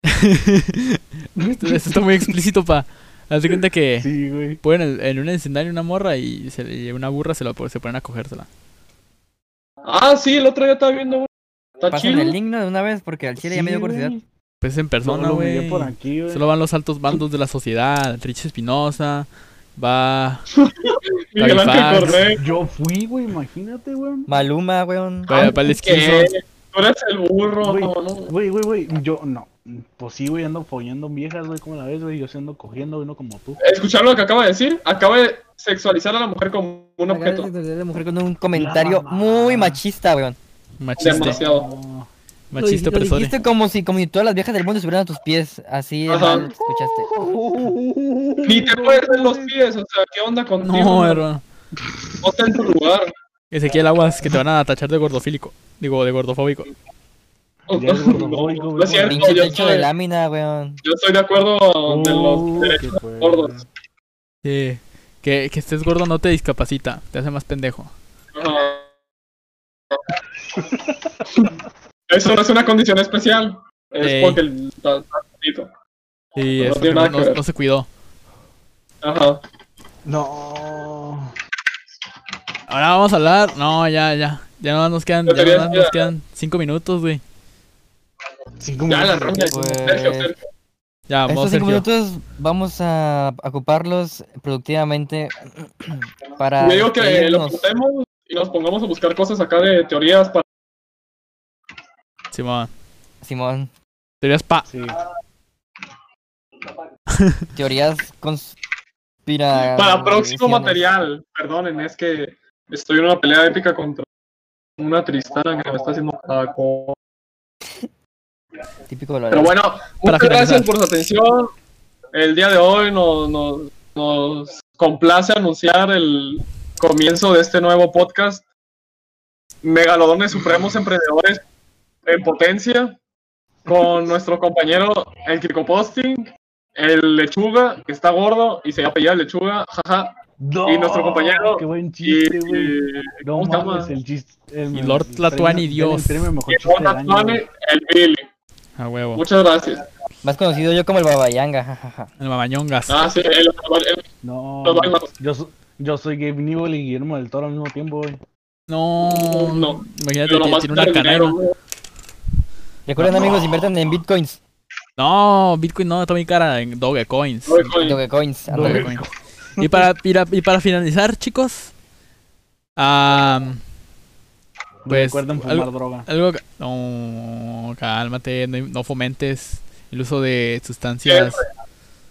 Speaker 1: Esto esto está muy explícito, pa. Hazte cuenta que
Speaker 3: Sí, güey.
Speaker 1: ponen en, en un escenario una morra y, se, le- y una burra se, la, po- se ponen a cogérsela.
Speaker 2: Ah, sí, el otro día estaba viendo. güey. Está
Speaker 4: Pásenme el
Speaker 2: chido.
Speaker 4: link ¿no? de una vez porque al chile ya me dio
Speaker 3: Sí,
Speaker 4: curiosidad.
Speaker 3: güey.
Speaker 1: Pues en persona,
Speaker 3: lo
Speaker 1: güey.
Speaker 3: miré por aquí, güey.
Speaker 1: Solo van los altos bandos de la sociedad. Rich Espinosa. Va.
Speaker 2: Miguel Ángel
Speaker 1: Garibaldi.
Speaker 2: Correa.
Speaker 3: Yo fui, güey, imagínate, güey.
Speaker 4: Maluma, weón.
Speaker 1: Va, va el esquizo.
Speaker 2: Ah, ¿Qué? Tú eres el burro.
Speaker 3: Güey.
Speaker 2: no, no.
Speaker 3: Güey, güey, güey, yo no. Pues sí, güey, ando follando viejas, güey, como la ves, güey. Yo sí ando cogiendo, güey, no como tú.
Speaker 2: Escuchar lo que acaba de decir. Acaba de sexualizar a la mujer como un
Speaker 4: Acá
Speaker 2: objeto.
Speaker 4: de la mujer con un comentario
Speaker 3: mamá.
Speaker 4: muy machista, weón.
Speaker 1: Machista.
Speaker 2: Demasiado.
Speaker 3: No.
Speaker 4: Lo dij-
Speaker 1: Machista
Speaker 4: lo
Speaker 1: opresor.
Speaker 4: dijiste como si, como si todas las viejas del mundo estuvieran a tus pies. Así de
Speaker 2: Ajá.
Speaker 4: mal te escuchaste.
Speaker 2: Ni te puedes ver los pies. O sea, ¿qué onda contigo?
Speaker 1: No, hermano.
Speaker 2: No está en tu lugar.
Speaker 1: Ezequiel Aguas, que te van a tachar de gordofílico. Digo, de gordofóbico.
Speaker 3: Ya es gordofóbico,
Speaker 2: No,
Speaker 3: güey.
Speaker 2: no es cierto,
Speaker 4: Pinche
Speaker 2: yo
Speaker 4: techo de
Speaker 2: estoy,
Speaker 4: lámina, weón.
Speaker 2: yo estoy de acuerdo de los
Speaker 3: Uh,
Speaker 2: derechos
Speaker 3: qué
Speaker 2: de los gordos.
Speaker 1: Sí. Que, que estés gordo no te discapacita. Te hace más pendejo.
Speaker 2: Ajá. Eso no es una condición especial. Es
Speaker 1: Ey.
Speaker 2: porque el- está está bonito.
Speaker 1: Sí,
Speaker 2: No
Speaker 1: es
Speaker 2: tiene
Speaker 1: que no,
Speaker 2: nada que
Speaker 1: no-
Speaker 2: ver.
Speaker 1: no se cuidó.
Speaker 2: Ajá.
Speaker 3: No.
Speaker 1: Ahora vamos a hablar. No, ya, ya. Ya nada más nos quedan,
Speaker 2: Yo
Speaker 1: ya
Speaker 2: te
Speaker 1: nada más
Speaker 2: había-
Speaker 1: nos quedan cinco minutos, güey.
Speaker 3: Cinco
Speaker 2: Ya la
Speaker 3: minutos.
Speaker 2: roña.
Speaker 4: Pues,
Speaker 2: Sergio, Sergio.
Speaker 1: Ya,
Speaker 4: Estos
Speaker 1: vamos, Sergio.
Speaker 4: cinco minutos vamos a ocuparlos productivamente para.
Speaker 2: Yo digo que lo
Speaker 4: despedirnos.
Speaker 2: juntemos y nos pongamos a buscar cosas acá de teorías para.
Speaker 1: Simón.
Speaker 4: Simón,
Speaker 1: Teorías pa.
Speaker 3: Sí.
Speaker 4: teorías conspira.
Speaker 2: Para próximo
Speaker 4: visiones.
Speaker 2: material. Perdonen, es que estoy en una pelea épica contra una tristana que me está haciendo cada cosa.
Speaker 4: Típico de la
Speaker 2: Pero bueno,
Speaker 1: Para
Speaker 2: muchas gracias
Speaker 1: finalizar.
Speaker 2: por su atención. El día de hoy nos, nos, nos complace anunciar el comienzo de este nuevo podcast. Megalodones Supremos Emprendedores en Potencia, con nuestro compañero el Kiko Posting, el Lechuga, que está gordo y se apellida Lechuga, jaja.
Speaker 3: No,
Speaker 2: Y nuestro compañero,
Speaker 3: Qué buen
Speaker 2: Y, eh,
Speaker 3: chiste, güey.
Speaker 2: y-
Speaker 3: No
Speaker 2: ¿cómo se llama?
Speaker 3: mames, el chiste. el-
Speaker 1: Y Lord
Speaker 3: el
Speaker 1: Tlatuani,
Speaker 3: premio-
Speaker 1: Dios.
Speaker 3: El premio mejor
Speaker 2: Y
Speaker 3: chiste del año,
Speaker 2: Jonathan,
Speaker 3: güey.
Speaker 2: el Billy.
Speaker 1: A huevo.
Speaker 2: Muchas gracias.
Speaker 4: Más conocido yo como el Babayanga, jajaja.
Speaker 1: El mamañongas.
Speaker 2: Ah, sí, el- el-
Speaker 3: No.
Speaker 2: Los bailos.
Speaker 3: Yo, so- yo soy Gabe Newell y Guillermo del Toro al mismo tiempo, güey.
Speaker 1: No.
Speaker 2: No.
Speaker 1: Imagínate que
Speaker 2: pero nomás
Speaker 1: tiene una
Speaker 2: el dinero,
Speaker 1: canela.
Speaker 2: güey.
Speaker 4: Recuerden, amigos, inviertan en bitcoins.
Speaker 1: No, Bitcoin no, está muy cara en Dogecoins.
Speaker 2: Ay, coño.
Speaker 4: Dogecoins. ándale.
Speaker 1: Dogecoin. Y para, y para- y para finalizar, chicos. am, pues.
Speaker 3: Recuerden fumar
Speaker 1: Algo,
Speaker 3: droga.
Speaker 1: algo que- No, cálmate. No, no fomentes el uso de sustancias.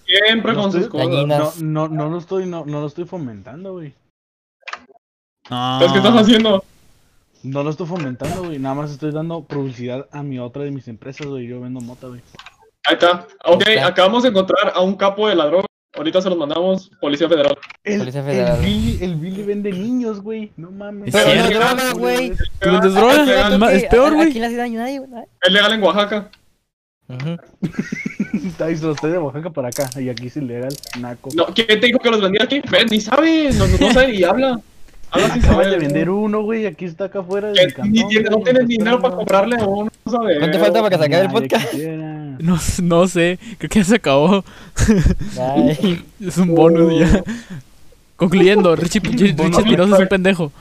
Speaker 2: Siempre, siempre
Speaker 3: No
Speaker 2: con sus
Speaker 3: estoy-
Speaker 2: cosas.
Speaker 4: Dañino.
Speaker 3: No,
Speaker 4: Unas-
Speaker 3: no, no lo estoy, no, no lo estoy fomentando, güey.
Speaker 1: No.
Speaker 2: Entonces, ¿Qué estás haciendo?
Speaker 3: No lo estoy fomentando, güey. Nada más estoy dando publicidad a mi otra de mis empresas, güey. Yo vendo mota, güey.
Speaker 2: Ahí está. Ok,
Speaker 4: Ahí está.
Speaker 2: acabamos de encontrar a un capo de la droga. Ahorita se los mandamos, Policía Federal.
Speaker 3: El,
Speaker 4: Policía
Speaker 3: el
Speaker 4: Federal.
Speaker 3: Billy, el Billy vende niños, güey. No mames.
Speaker 1: Es Pero no
Speaker 4: cierto. droga, güey.
Speaker 1: ¿Tú vendes droga?
Speaker 2: Es legal,
Speaker 1: Ma- Es peor,
Speaker 4: Aquí
Speaker 1: güey.
Speaker 4: no hace daño a nadie, güey.
Speaker 2: es legal en Oaxaca.
Speaker 4: Ujú.
Speaker 3: Ahí se los trae de Oaxaca para acá. Y aquí es ilegal. Naco.
Speaker 2: No, ¿Quién te dijo que los vendía aquí? Ven, ni sabe, no, no sabe ni habla. Habla sin
Speaker 3: Acabas
Speaker 2: saber.
Speaker 3: de vender uno, güey. Aquí está acá afuera.
Speaker 2: Que
Speaker 3: Del
Speaker 2: ni
Speaker 3: cantón,
Speaker 2: tiene- no
Speaker 3: güey,
Speaker 2: tienes
Speaker 3: está
Speaker 2: dinero para
Speaker 3: todo.
Speaker 2: comprarle a uno, no sabe.
Speaker 4: ¿Cuánto falta para que se acabe el
Speaker 3: Nadie
Speaker 4: podcast?
Speaker 3: quisiera.
Speaker 1: No, s- no sé, creo que ya se acabó.
Speaker 4: Ay.
Speaker 2: Oh.
Speaker 1: Es un bonus ya. Concluyendo, Richie, Richie
Speaker 3: Bonus
Speaker 1: Espinosa es un
Speaker 2: extra.
Speaker 1: pendejo.